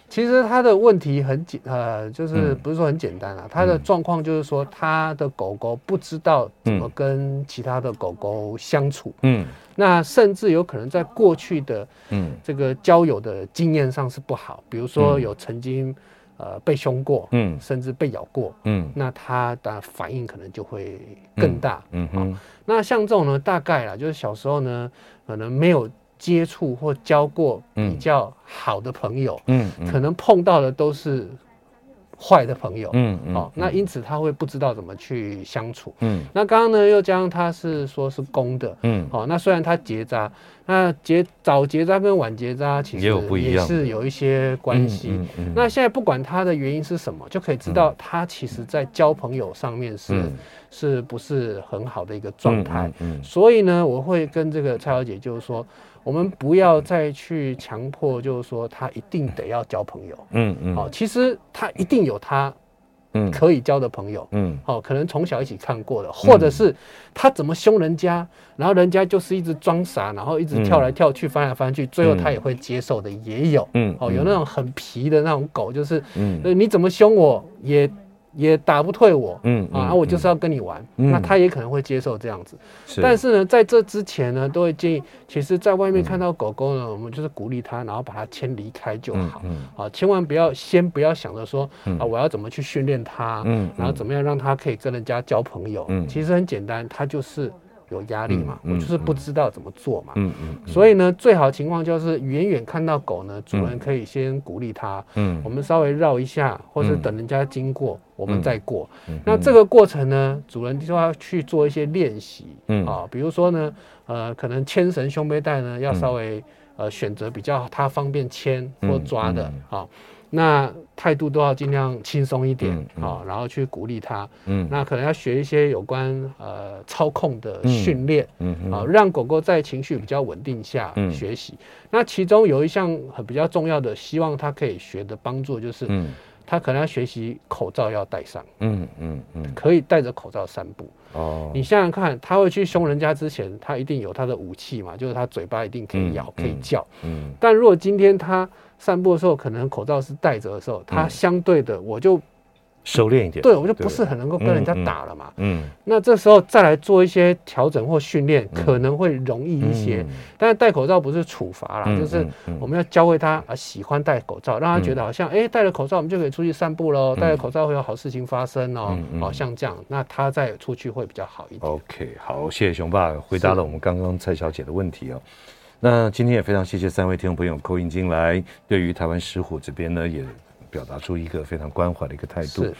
B: 其实他的问题很简，呃，就是
A: 嗯
B: 不是说很简单啊。他的
A: 嗯
B: 状况就是说，他的狗狗不知道怎么
A: 嗯
B: 跟其他的狗狗相处，
A: 嗯
B: 那甚至有可能在过去的
A: 嗯
B: 这个交友的经验上是不好，比如说
A: 嗯
B: 有曾经呃被凶过，
A: 嗯
B: 甚至被咬过，
A: 嗯
B: 那他的反应可能就会更大。
A: 嗯哼，
B: 那像这种呢，大概啦，就是小时候呢，可能没有接触或交过比较好的朋友，
A: 嗯
B: 可能碰到的都是坏的朋友。
A: 嗯
B: 哦，那因此他会不知道怎么去相处。
A: 嗯
B: 那刚刚呢，又加上他是说是公的，
A: 嗯
B: 哦，那虽然它结扎，那结早结扎跟晚结扎其实
A: 也有不一样
B: 也是有一些关系。
A: 嗯嗯嗯
B: 那现在不管它的原因是什么，就可以知道它其实在交朋友上面是、
A: 嗯
B: 是不是很好的一个状态。
A: 嗯
B: 所以呢，我会跟这个蔡小姐就是说，我们不要再去强迫，就是说他一定得要交朋友。
A: 嗯嗯
B: 哦，其实他一定有他
A: 嗯
B: 可以交的朋友。
A: 嗯
B: 哦，可能从小一起看过的，或者是他怎么凶人家，然后人家就是一直装傻，然后一直跳来跳去、翻来翻去，最后他也会接受的也有。
A: 嗯
B: 哦，有那种很皮的那种狗，就是
A: 嗯
B: 呃你怎么凶我也也打不退我。
A: 嗯
B: 啊，我就是要跟你玩，
A: 嗯
B: 那他也可能会接受这样子。
A: 是
B: 但是呢，在这之前呢，都会建议，其实，在
A: 嗯
B: 外面看到狗狗呢，我们就是鼓励它，然后把它牵离开就好。
A: 嗯
B: 啊，千万不要先不要想着说
A: 嗯
B: 啊，我要怎么去训练它，
A: 嗯
B: 然后怎么样让它可以跟人家交朋友。
A: 嗯
B: 其实很简单，它就是有压力嘛，
A: 嗯嗯
B: 我就是不知道怎么做嘛。
A: 嗯嗯
B: 所以呢，最好情况就是远远看到狗呢，主
A: 嗯
B: 人可以先鼓励它，
A: 嗯
B: 我们稍微绕一下，或是
A: 嗯
B: 等人家经过，我
A: 嗯
B: 们再过。那这个过程呢，主人就要去做一些练习，
A: 嗯
B: 啊，比如说呢，呃，可能牵绳胸背带呢，要稍微、呃选择比较它方便牵或抓的
A: 嗯
B: 啊。那态度都要尽量轻松一点
A: 嗯嗯
B: 啊、然后去鼓励他。
A: 嗯
B: 那可能要学一些有关呃操控的训练。
A: 嗯嗯
B: 啊，让狗狗在情绪比较稳定下
A: 嗯
B: 学习。那其中有一项很比较重要的，希望它可以学的帮助就是，
A: 嗯
B: 它可能要学习口罩要戴上，
A: 嗯嗯嗯
B: 可以戴着口罩散步。
A: 哦，
B: 你想想看，它会去凶人家之前，它一定有它的武器嘛，就是它嘴巴一定可以咬
A: 嗯、嗯
B: 可以叫。
A: 嗯
B: 但如果今天它散步的时候，可能口罩是戴着的时候，它
A: 嗯
B: 相对的我就
A: 收敛一点，
B: 对我就不
A: 对
B: 是很能够跟
A: 嗯
B: 人家
A: 嗯
B: 打了嘛。
A: 嗯
B: 那这时候再来做一些调整或训练，
A: 嗯
B: 可能会容易一些。
A: 嗯
B: 但是戴口罩不是处罚啦，
A: 嗯
B: 就是
A: 嗯嗯
B: 我们要教会他啊喜欢戴口罩，让他觉得好像哎、诶戴了口罩我们就可以出去散步喽，戴了口罩会有好事情发生哦，
A: 嗯哦嗯
B: 好像这样，那他再出去会比较好一点。
A: OK，好，谢谢熊爸回答了我们刚刚蔡小姐的问题哦。那今天也非常谢谢三位听众朋友扣印进来，对于台湾石虎这边呢，也表达出一个非常关怀的一个态度
B: 是。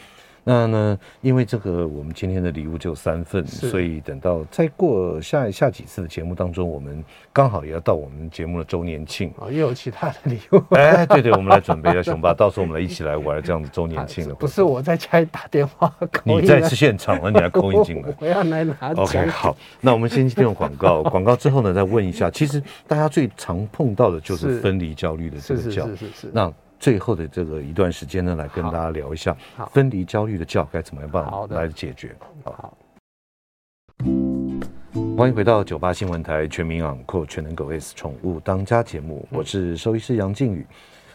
A: 那呢，因为这个我们今天的礼物只有三份，
B: 是
A: 所以等到再过下下几次的节目当中，我们刚好也要到我们节目的周年
B: <laughs>
A: 庆。
B: 啊，又有其他的理由，
A: 哎，对对，我们来准备一下熊爸，到时候我们来一起来玩这样子周年庆的活动。
B: <laughs> 不是我在家里打电话口
A: 你
B: 音啊
A: 再次现场了，你还扣印进来
B: <laughs> 。我要来拿奖
A: OK，好，那我们先进入广
B: <laughs>
A: 告，广告之后呢，再问一下，其实大家最常碰到的就是
B: 是
A: 分离焦虑的这
B: 是
A: 个
B: 是
A: 叫。
B: 是是是。
A: 那最后的这个一段时间呢，来跟
B: 好
A: 大家聊一下
B: 好
A: 分离焦虑的叫该怎么样办
B: 好的
A: 来解决。
B: 好，
A: 欢迎回到九八新闻台《全民养阔全能狗 S 宠物当家》节目，
B: 嗯
A: 我是兽医师杨靖宇。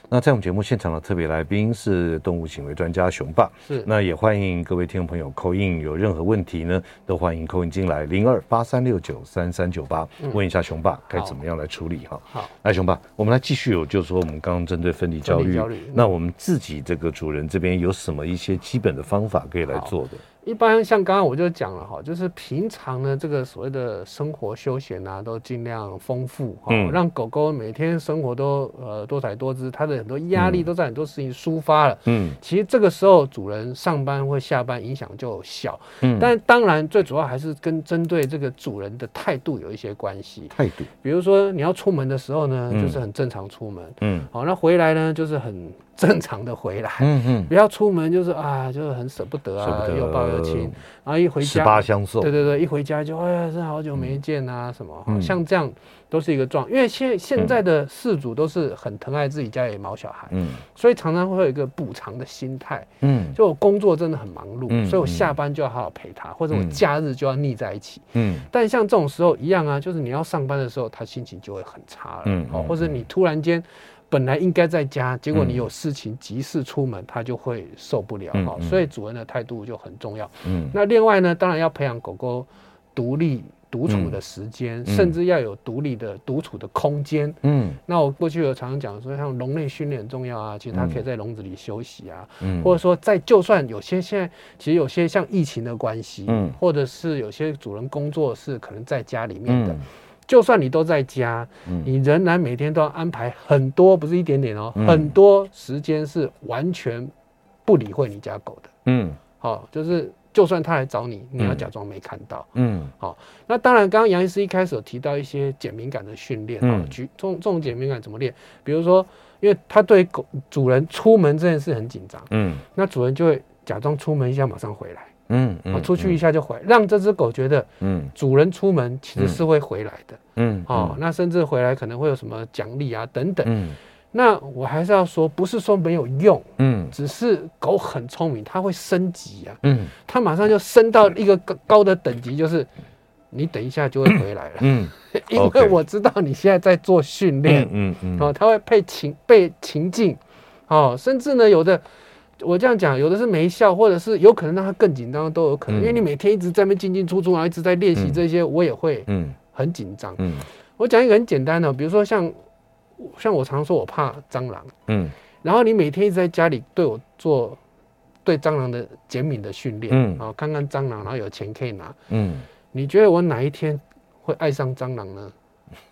A: 那在我们节目现场的特别来宾是动物行为专家熊爸，
B: 是
A: 那也欢迎各位听众朋友扣印，有任何问题呢，都欢迎扣印进来零二八三六九三三九八，问一下熊爸该怎么样来处理哈。
B: 嗯好，
A: 来，熊爸，我们来继续有，就是说我们刚刚针对分离焦
B: 分
A: 虑，
B: 离焦虑嗯
A: 那我们自己这个主人这边有什么一些基本的方法可以来
B: 好
A: 做的？
B: 一般像刚刚我就讲了哈，就是平常呢，这个所谓的生活休闲啊，都尽量丰富哈、
A: 嗯
B: 让狗狗每天生活都呃多彩多姿，它的很多压力都在很多事情抒发了。
A: 嗯
B: 其实这个时候，主人上班或下班影响就小，
A: 嗯
B: 但当然最主要还是跟针对这个主人的态度有一些关系。
A: 态度，
B: 比如说你要出门的时候呢，
A: 嗯
B: 就是很正常出门，
A: 嗯
B: 好、那回来呢就是很正常的回来，
A: 嗯嗯，
B: 不要出门就是啊，就是很舍不得啊，
A: 舍不得呃
B: 又抱又亲，然后一回
A: 十
B: 家，
A: 八相送，
B: 对对对，一回家就哎呀，真好久没见啊，什么、
A: 嗯
B: 像这样都是一个状，因为现现在的饲主都是很疼爱自己家里的毛小孩，
A: 嗯
B: 所以常常会有一个补偿的心态，
A: 嗯
B: 就我工作真的很忙碌，
A: 嗯
B: 所以我下班就要好好陪他，或者我
A: 嗯
B: 假日就要腻在一起。
A: 嗯
B: 但像这种时候一样啊，就是你要上班的时候，他心情就会很差了，
A: 嗯
B: 哦
A: 嗯，
B: 或者你突然间本来应该在家，结果
A: 嗯
B: 你有事情急事出门，他就会受不了
A: 嗯
B: 哦
A: 嗯。
B: 所以主人的态度就很重要。
A: 嗯，
B: 那另外呢，当然要培养狗狗独立独处的时间，甚至要有独立的独处的空间。
A: 嗯
B: 那我过去有常常讲说，像笼内训练很重要啊，其实它可以在笼子里休息啊，
A: 嗯，
B: 或者说在就算有些现在其实有些像疫情的关系，
A: 嗯
B: 或者是有些主人工作是可能在家里面的，
A: 嗯
B: 就算你都在家，你仍然每天都要安排很多，不是一点点哦，
A: 嗯
B: 很多时间是完全不理会你家狗的。
A: 嗯
B: 好、就是就算它来找你，你要
A: 嗯
B: 假装没看到。
A: 嗯
B: 那当然，刚刚杨医师一开始有提到一些减敏感的训练啊
A: 嗯，
B: 举这种这种减敏感怎么练？比如说，因为他对狗主人出门这件事很紧张，
A: 嗯
B: 那主人就会假装出门一下，马上回来，
A: 嗯
B: 啊，
A: 嗯，
B: 出去一下就回来，让这只狗觉得
A: 嗯
B: 主人出门其实是会回来的，
A: 嗯
B: 哦，那甚至回来可能会有什么奖励啊等等。
A: 嗯
B: 那我还是要说，不是说没有用，
A: 嗯
B: 只是狗很聪明，它会升级啊，
A: 嗯
B: 它马上就升到一个高高的等级，就是你等一下就会回来了。
A: 嗯
B: <laughs> 因
A: OK
B: 为我知道你现在在做训练，
A: 嗯嗯
B: 哦，它会配情被情境，哦，甚至呢，有的我这样讲，有的是没效，或者是有可能让它更紧张都有可
A: 嗯
B: 能，因为你每天一直在那边进进出出，然后一直在练习
A: 嗯
B: 这些，我也会
A: 嗯
B: 很紧张。
A: 嗯
B: 我讲一个很简单的，比如说像像我常说我怕蟑螂，
A: 嗯
B: 然后你每天一直在家里对我做对蟑螂的减敏的训练，
A: 嗯
B: 哦，看看蟑螂，然后有钱可以拿，
A: 嗯，
B: 你觉得我哪一天会爱上蟑螂呢？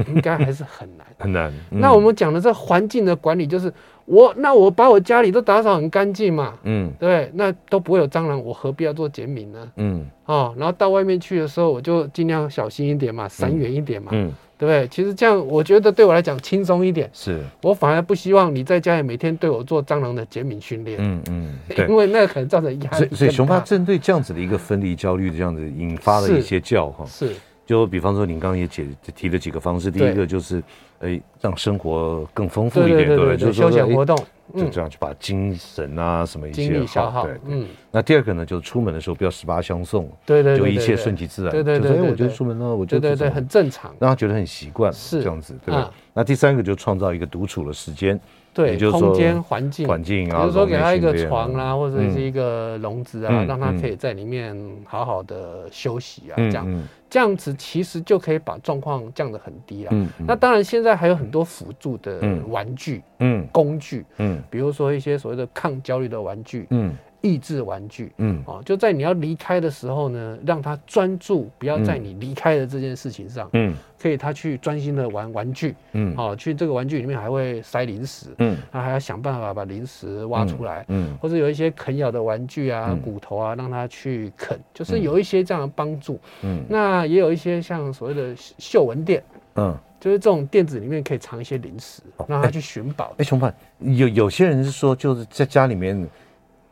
B: 应该还是很难。
A: 很难。
B: 那我们讲的这环境的管理，就是我那我把我家里都打扫很干净嘛，
A: 嗯
B: 对不对，那都不会有蟑螂，我何必要做减敏呢？
A: 嗯
B: 哦，然后到外面去的时候，我就尽量小心一点嘛，闪远一点嘛，
A: 嗯
B: 对不对？其实这样我觉得对我来讲轻松一点，
A: 是，
B: 我反而不希望你在家里每天对我做蟑螂的减敏训练，
A: 嗯嗯，对
B: 因。为那个可能造成压
A: 所
B: 力更
A: 以，
B: 大。
A: 所以熊爸针对这样子的一个分离焦虑，这样子引发了一些叫哈，
B: 是
A: 就比方说您刚刚也解提了几个方式，第一
B: 对
A: 个就是，哎，让生活更丰富
B: 对
A: 一
B: 对
A: 点，
B: 对
A: 不
B: 对
A: 就是
B: 对，
A: 说
B: 休闲活，动，
A: 哎就
B: 嗯，
A: 这样去把精神啊什么一些
B: 精力消
A: 好
B: 耗
A: 对，对
B: 嗯，
A: 那第二个呢，就是出门的时候不要十八相送，
B: 对对对，
A: 就一
B: 对
A: 切
B: 对
A: 顺其自然，
B: 对对
A: 就
B: 对
A: 是哎，
B: 对
A: 我就
B: 对
A: 出门了，我就
B: 对对
A: 做什
B: 对，
A: 么
B: 很正常，
A: 让他觉得很习惯，
B: 是
A: 这样子，对吧
B: 啊
A: 那第三个就创造一个独处的时间，也
B: 对
A: 就是，说
B: 空间环境
A: 环境啊，
B: 比如说给他一
A: 笼
B: 个
A: 内训练啊
B: 床啦、或者是一个笼子啊，
A: 嗯
B: 让他可以在里面好好的休息啊，
A: 嗯
B: 这样、
A: 嗯
B: 这样子其实就可以把状况降得很低了。
A: 嗯，嗯
B: 那当然，现在还有很多辅助的
A: 嗯
B: 玩具、
A: 嗯
B: 工具，
A: 嗯
B: 比如说一些所谓的抗焦虑的玩具、
A: 嗯
B: 益智玩具。
A: 嗯
B: 哦，就在你要离开的时候呢，让他专注，不要在你离开的这件事情上，
A: 嗯
B: 可以他去专心的玩玩具。
A: 嗯
B: 哦，去这个玩具里面还会塞零食，
A: 嗯
B: 他还要想办法把零食挖出来。
A: 嗯
B: 或者有一些啃咬的玩具啊、
A: 嗯
B: 骨头啊，让他去啃，就
A: 嗯
B: 是有一些这样的帮助。
A: 嗯
B: 那也有一些像所谓的嗅闻店，
A: 嗯。
B: 就是这种店子里面可以藏一些零食，让他去寻宝。
A: 哦哎，熊爸，有有些人是说，就是在家里面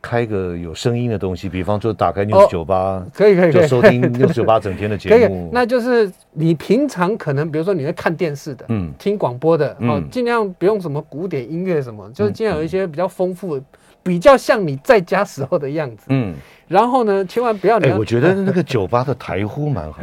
A: 开个有声音的东西，比方说打
B: 哦
A: 开 news 酒吧，
B: 可以可以可
A: 就
B: 以，
A: 收听 news 酒吧整天的
B: 可以
A: 节，目。
B: 那就是你平常可能，比如说你会看电视的，
A: 嗯
B: 听广播的，哦
A: 嗯，
B: 尽量不用什么古典音乐什么，就是尽量有一些比较丰富的，比较像你在家时候的样子。
A: 嗯，
B: 然后呢，千万不要你
A: 哎，
B: 要
A: 我觉得那个酒吧的台呼蛮好，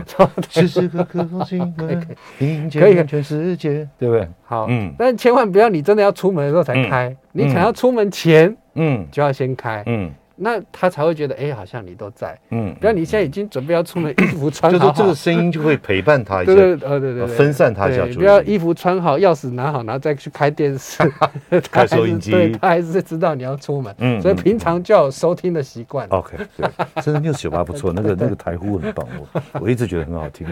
A: 时时刻刻放心歌，听
B: 可以可
A: 见
B: 以
A: 全世界，对不对？
B: 好，
A: 嗯
B: 但千万不要你真的要出门的时候才
A: 嗯
B: 开，你
A: 嗯
B: 可能要出门前
A: 嗯
B: 就要先开，
A: 嗯
B: 那他才会觉得哎、好像你都在。
A: 嗯，
B: 不要你现在已经准备要出门，衣服穿
A: 就
B: 好
A: 是
B: 好，
A: 这个声音就会陪伴他一
B: 对
A: 下。
B: 对哦对对对对，
A: 分散他一下注
B: 对
A: 意
B: 不要衣服穿好，钥匙拿好，然后再去开
A: <laughs>
B: 电视、他还是
A: 收音机
B: 对他还是知道你要出门，
A: 嗯
B: 所以平常就要有收听的习惯。
A: OK，对，真的 news 酒吧不错，那个那个台呼很棒，我我一直觉得很好听。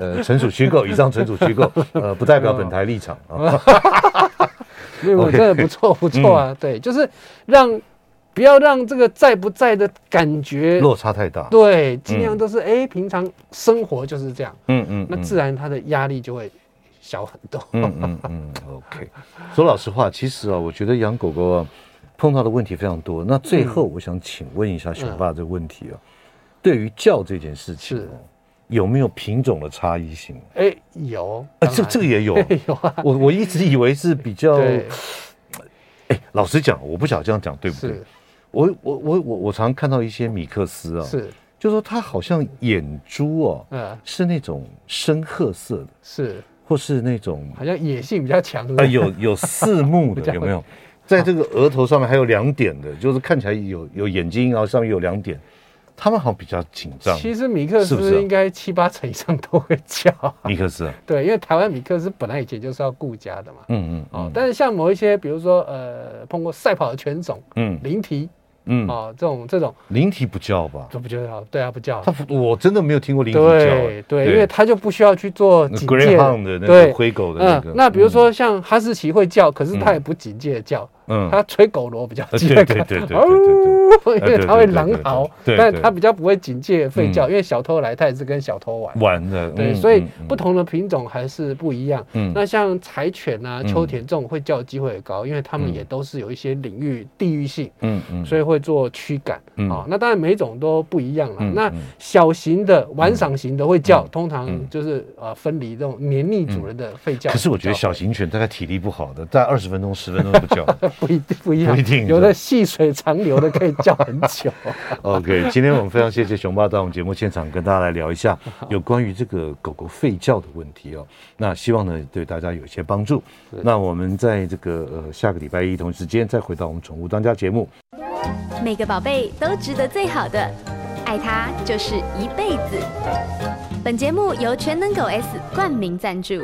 A: 呃，纯属虚构，以上纯属虚构，呃，不代表本台立场啊。
B: 因为我
A: OK 嗯
B: 真的不错不错啊，对，就是让不要让这个在不在的感觉，
A: 落差太大。
B: 对，尽量都是哎、平常生活就是这样，
A: 嗯嗯
B: 那自然他的压力就会小很多。
A: 嗯嗯嗯，OK。说老实话，其实啊，我觉得养狗狗啊，碰到的问题非常多。那最后，我想请问一下熊爸这个问题啊，对于叫这件事情、哦
B: 是，
A: 有没有品种的差异性？
B: 哎、有，
A: 啊，这这个也 <laughs> 有啊。
B: 个有啊，
A: 我我一直以为是比较
B: 对，
A: 哎，老实讲，我不晓得这样讲对不对
B: 是。
A: 我我我我我常看到一些米克斯啊，
B: 是，
A: 就说它好像眼珠哦、
B: 嗯
A: 是那种深褐色的，
B: 是，
A: 或是那种
B: 好像野性比较强的。
A: 啊、有有四目 <laughs>
B: 比
A: 的，
B: 较
A: 有没有？在这个额头上面还有两点的，就是看起来有有眼睛，然后上面有两点，他们好像比较紧张。
B: 其实米克
A: 是不是啊
B: 斯应该七八成以上都会叫， <laughs>
A: 米克斯啊，
B: 对，因为台湾米克斯本来以前就是要顾家的嘛。
A: 嗯嗯，
B: 哦
A: 嗯，
B: 但是像某一些，比如说呃，碰过赛跑的犬种，
A: 嗯
B: 灵缇
A: 嗯，
B: 哦，这种这种
A: 灵体不叫吧？
B: 都不叫，对啊，不叫。
A: 他我真的没有听过灵体叫
B: 对
A: 哎，
B: 对，因为它就不需要去做警戒
A: Greyhound 的那个
B: 对，
A: 灰狗的那
B: 嗯
A: 个，，
B: 那比如说像哈士奇会叫，可是它也不警戒地叫，
A: 嗯，
B: 它吹狗螺比较
A: 呃
B: 健
A: 对
B: 康
A: 对
B: <laughs>
A: 对对对
B: 嗷
A: 对
B: 因
A: 对对
B: 为哦它会狼嚎，
A: 对对对对
B: 但是它比较不会警戒吠叫，因为小偷来它也是跟小偷玩。
A: 玩的，
B: 对，
A: 嗯
B: 所以
A: 嗯嗯
B: 不同的品种还是不一样。
A: 嗯
B: 那像柴犬啊、
A: 嗯
B: 秋田这种会叫的机会也高，因为它
A: 嗯
B: 们也都是有一些领域地域性，
A: 嗯嗯，
B: 所以会做驱赶
A: 嗯
B: 啊。那当然每一种都不一样了
A: 嗯。
B: 那
A: 嗯
B: 小型的玩赏型的会叫
A: 嗯，
B: 通常
A: 嗯
B: 就是呃分离这种黏腻主人的吠叫。
A: 可是我觉得
B: 比较
A: 小型犬大概体力不好的，大概二十分钟、十分钟都不叫。
B: 不一定不一样，
A: 不一定
B: 有的细水长流的可以叫很
A: <laughs>
B: 久。
A: OK，今天我们非常谢谢熊爸到我们节目现场跟大家来聊一下有关于这个狗狗吠叫的问题哦。那希望呢对大家有一些帮助。那我们在这个呃下个礼拜一同时间再回到我们宠物当家节目。
F: 每个宝贝都值得最好的，爱它就是一辈子。本节目由全能狗 S 冠名赞助。